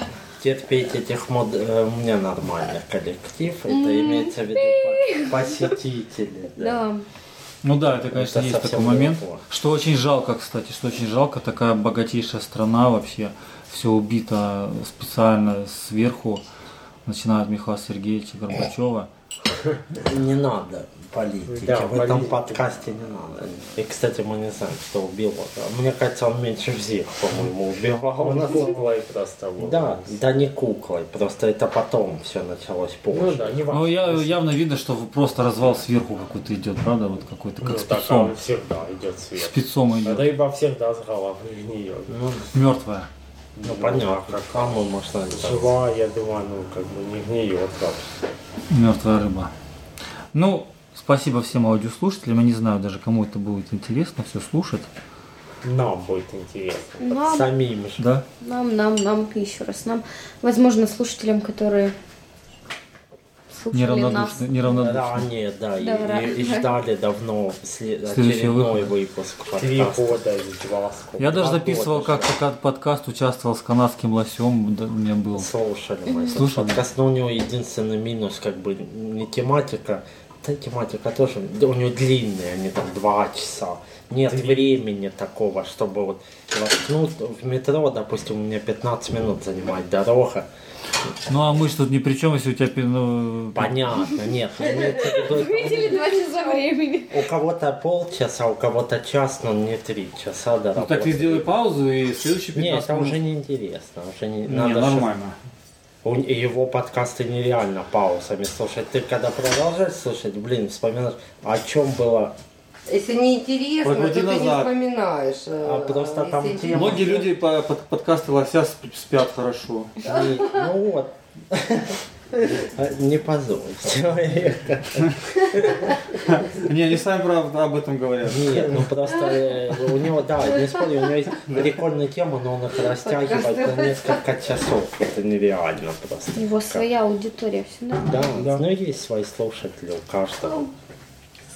Speaker 4: Терпеть этих мод... э, у меня нормальный коллектив, это имеется в виду по- посетители. да.
Speaker 3: Да.
Speaker 1: Ну да, это, конечно,
Speaker 4: Это
Speaker 1: есть
Speaker 4: совсем
Speaker 1: такой момент.
Speaker 4: плохо.
Speaker 1: Что очень жалко, кстати, что очень жалко, такая богатейшая страна вообще, все убито специально сверху, начиная от Михаила Сергеевича Горбачева.
Speaker 4: Не надо политики,
Speaker 5: Да,
Speaker 4: в этом
Speaker 5: поли-
Speaker 4: подкасте не надо. И, кстати, мы не знаем, кто убил. Мне кажется, он меньше всех, по-моему, убивал.
Speaker 5: А У нас куклой просто было.
Speaker 4: Да, да не куклой, просто это потом все началось позже.
Speaker 5: Ну да, не важно.
Speaker 1: Ну я, явно видно, что просто развал сверху какой-то идет, правда, вот какой-то, как
Speaker 5: Ну, так
Speaker 1: спецом.
Speaker 5: он всегда идет свет.
Speaker 1: Спецом идет.
Speaker 5: Рыба всегда с головы гниет.
Speaker 4: Ну,
Speaker 1: Мертвая.
Speaker 4: ну, понятно, как кому можно это?
Speaker 5: Жива, я думаю, ну как бы не гниет вообще.
Speaker 1: Мертвая рыба. Ну, спасибо всем аудиослушателям. Я не знаю даже, кому это будет интересно все слушать.
Speaker 5: Нам будет интересно.
Speaker 3: Нам,
Speaker 4: Самим же.
Speaker 1: Да?
Speaker 3: нам, нам, нам, и еще раз нам. Возможно, слушателям, которые слушали нас.
Speaker 1: Неравнодушно. Неравнодушно.
Speaker 4: Ранее, да, и,
Speaker 3: Да,
Speaker 4: и- и
Speaker 3: да.
Speaker 4: ждали давно след-
Speaker 1: Следующий
Speaker 4: очередной выпуск
Speaker 5: Три
Speaker 4: подкаста.
Speaker 5: года или два сколько.
Speaker 1: Я даже
Speaker 4: Два
Speaker 1: записывал
Speaker 4: года
Speaker 1: как под- подкаст, участвовал с канадским лосем. да, у меня был.
Speaker 4: Слушали мы а этот
Speaker 1: Слушали.
Speaker 4: подкаст, но у него единственный минус, как бы, не тематика, да тематика тоже, да, у него длинные, они там два часа. Нет времени такого, чтобы вот, воткнуть. в метро, допустим, у меня 15 минут занимает дорога,
Speaker 1: Ну а мы ж тут ни при чем, если у тебя пи- ну,
Speaker 4: Понятно, нет. имеется в виду, это
Speaker 3: Видели два часа времени.
Speaker 4: У кого-то полчаса, у кого-то час, но не три часа до
Speaker 6: Ну так
Speaker 4: работы.
Speaker 6: ты сделай паузу и следующий
Speaker 4: Не,
Speaker 6: 15
Speaker 4: это
Speaker 6: минут.
Speaker 4: уже не интересно, уже не,
Speaker 6: Не,
Speaker 4: надо.
Speaker 6: нормально.
Speaker 4: шо- у- и его подкасты нереально паузами слушать. Ты когда продолжаешь слушать, блин, вспоминаешь, о чем было.
Speaker 2: Если неинтересно, то
Speaker 6: Погоди
Speaker 2: ты не
Speaker 6: назад.
Speaker 2: вспоминаешь. э,
Speaker 4: А просто там
Speaker 2: если
Speaker 4: тема.
Speaker 6: Многие люди по под подкасты лося сп- спят хорошо.
Speaker 4: не- ну вот. Не позорь человека.
Speaker 6: Не, они сами правда об этом говорят.
Speaker 4: Нет, ну просто э, у него, да, не спорю, у него есть прикольная тема, но он их растягивает на несколько часов. Это нереально просто.
Speaker 3: У него своя аудитория, все нормально.
Speaker 4: Да, но есть свои слушатели у каждого.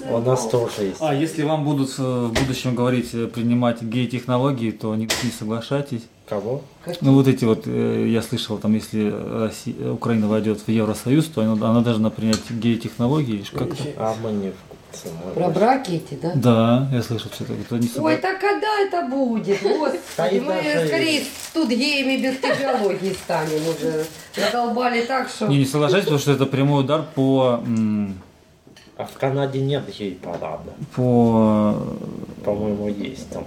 Speaker 4: У нас тоже есть.
Speaker 1: А если вам будут э, в будущем говорить э, принимать гей-технологии, то не, не соглашайтесь.
Speaker 4: Кого?
Speaker 1: Ну вот эти вот, э, я слышал, там, если Россия- э, Украина войдет в Евросоюз, то она, она должна принять гей-технологии. ж Как
Speaker 4: А мы не в курсе. мы
Speaker 2: Про
Speaker 4: вообще-
Speaker 2: браки эти, да?
Speaker 1: Да, я слышал все это. это не согла-
Speaker 2: Ой, так когда это будет?
Speaker 4: Да
Speaker 2: Господи,
Speaker 4: и
Speaker 2: мы
Speaker 4: даже-
Speaker 2: скорее тут геями без технологий станем уже. Задолбали так, что...
Speaker 1: Не, не соглашайтесь, потому что это прямой удар по, м,
Speaker 4: А в Канаде нет гей-парада.
Speaker 1: по...
Speaker 4: По-моему, есть там.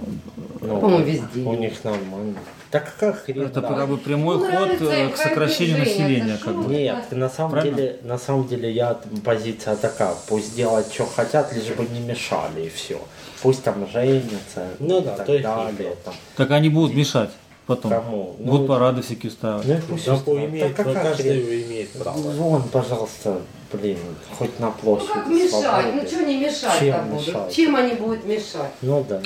Speaker 4: Ну,
Speaker 2: По-моему, везде.
Speaker 4: У них нормально. Так как хрен
Speaker 1: Это
Speaker 4: да.
Speaker 1: как бы прямой ход
Speaker 2: Нравится
Speaker 1: э,
Speaker 2: им
Speaker 1: к сокращению
Speaker 2: движение,
Speaker 1: населения.
Speaker 2: это
Speaker 1: Как бы.
Speaker 2: шо?
Speaker 4: Нет, на самом
Speaker 1: Правильно?
Speaker 4: деле, на самом деле я позиция такая, пусть делают, что хотят, лишь бы не мешали и все. Пусть там женятся,
Speaker 5: Ну
Speaker 4: и
Speaker 5: да,
Speaker 4: так
Speaker 5: то есть
Speaker 4: далее.
Speaker 5: не
Speaker 4: Там.
Speaker 1: Так они будут мешать потом.
Speaker 4: Кому? Ну,
Speaker 1: будут парады всякие устраивать.
Speaker 4: Ну и пусть
Speaker 5: Да,
Speaker 4: устраивают.
Speaker 5: имеет, ну,
Speaker 4: Так какая хрен?
Speaker 5: каждый имеет право.
Speaker 4: Вон, пожалуйста, блин, хоть на
Speaker 2: Ну
Speaker 4: площади.
Speaker 2: как мешать?
Speaker 4: свободы.
Speaker 2: Ну что не мешать
Speaker 4: Чем
Speaker 2: там будут?
Speaker 4: мешать?
Speaker 2: Чем они будут мешать?
Speaker 4: Ну да.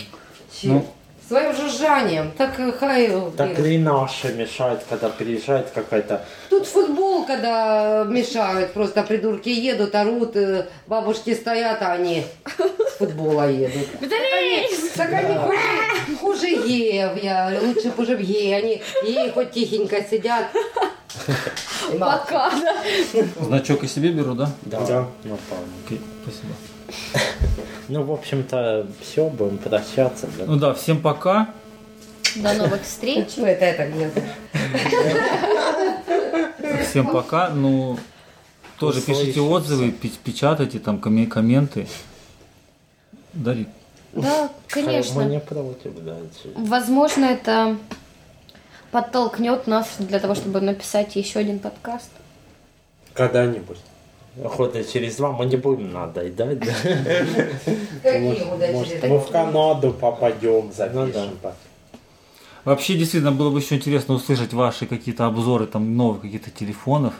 Speaker 2: Чем? Своим жужжанием. Так э, хай...
Speaker 4: Так и наши мешают, когда приезжает какая-то...
Speaker 2: Тут футбол, когда мешают, просто придурки едут, орут, э, бабушки стоят, а они с футбола едут. Так они хуже, хуже Еев, я лучше хуже в Ее. Они Еи хоть тихенько сидят. И мало.
Speaker 3: Пока, да.
Speaker 1: Значок и себе беру, да?
Speaker 4: Да, напомню.
Speaker 1: Окей, спасибо.
Speaker 4: Ну, в общем-то, все, будем прощаться. да.
Speaker 1: Ну да, всем пока.
Speaker 3: До новых встреч.
Speaker 2: Чего ну, это я так делаю?
Speaker 1: Всем пока. Ну, тоже пишите отзывы, пи- печатайте там коме- комменты. Дарит.
Speaker 3: Да,
Speaker 4: Мы
Speaker 3: конечно.
Speaker 4: не против, да. типа, это-
Speaker 3: Возможно, это подтолкнет нас для того, чтобы написать еще один подкаст.
Speaker 4: Когда-нибудь. Охота через два мы не будем надоедать, да?
Speaker 2: Какие удачи.
Speaker 4: Может, мы в Канаду попадем,
Speaker 5: Ну
Speaker 4: запишем.
Speaker 1: Вообще, действительно, было бы еще интересно услышать ваши какие-то обзоры там новых каких-то телефонов.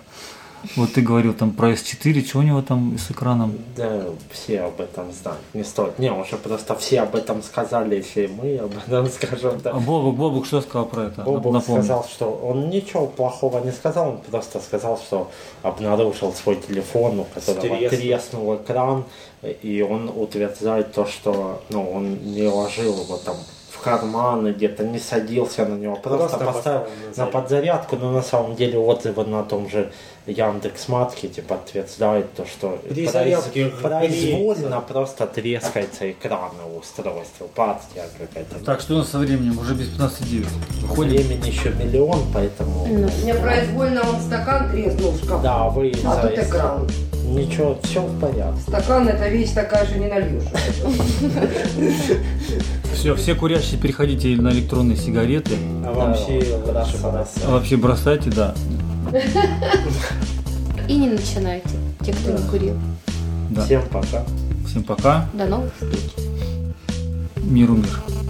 Speaker 1: Вот ты говорил там про S4, что у него там с экраном?
Speaker 4: Да, все об этом знают. Не стоит. Не, уже просто все об этом сказали, если и мы об этом скажем,
Speaker 1: А
Speaker 4: да.
Speaker 1: Бобук, Бобук что сказал про это?
Speaker 4: Бобок
Speaker 1: Напомни.
Speaker 4: сказал, что он ничего плохого не сказал, он просто сказал, что обнаружил свой телефон, у которого
Speaker 5: Треснул.
Speaker 4: треснул экран, и он утверждает то, что ну, он не ложил его там в карман и где-то не садился на него, просто,
Speaker 5: Просто поставил
Speaker 4: поставил
Speaker 5: на
Speaker 4: на
Speaker 5: зарядку.
Speaker 4: подзарядку, но на самом деле отзывы на том же Яндекс.Маркете подтверждают то, что
Speaker 5: При
Speaker 4: произ-
Speaker 5: зарядке
Speaker 4: произвольно просто трескается экран у устройства, партия какая-то.
Speaker 1: Так, что у нас со временем? Уже без 15.9. Выходим.
Speaker 4: Времени еще миллион, поэтому...
Speaker 2: У меня произвольно он стакан треснул в шкафу.
Speaker 4: Да, вы
Speaker 2: А
Speaker 4: за-
Speaker 2: тут экран.
Speaker 4: Ничего, все в порядке.
Speaker 2: Стакан это вещь такая же не нальешь.
Speaker 1: Все, все курящие переходите на электронные сигареты.
Speaker 5: А вообще,
Speaker 4: Хорошо, хорошо.
Speaker 1: А вообще бросайте, да.
Speaker 3: И не начинайте, те, кто не курил.
Speaker 1: да.
Speaker 4: Всем пока.
Speaker 1: Всем пока.
Speaker 3: До новых встреч.
Speaker 1: Миру мир.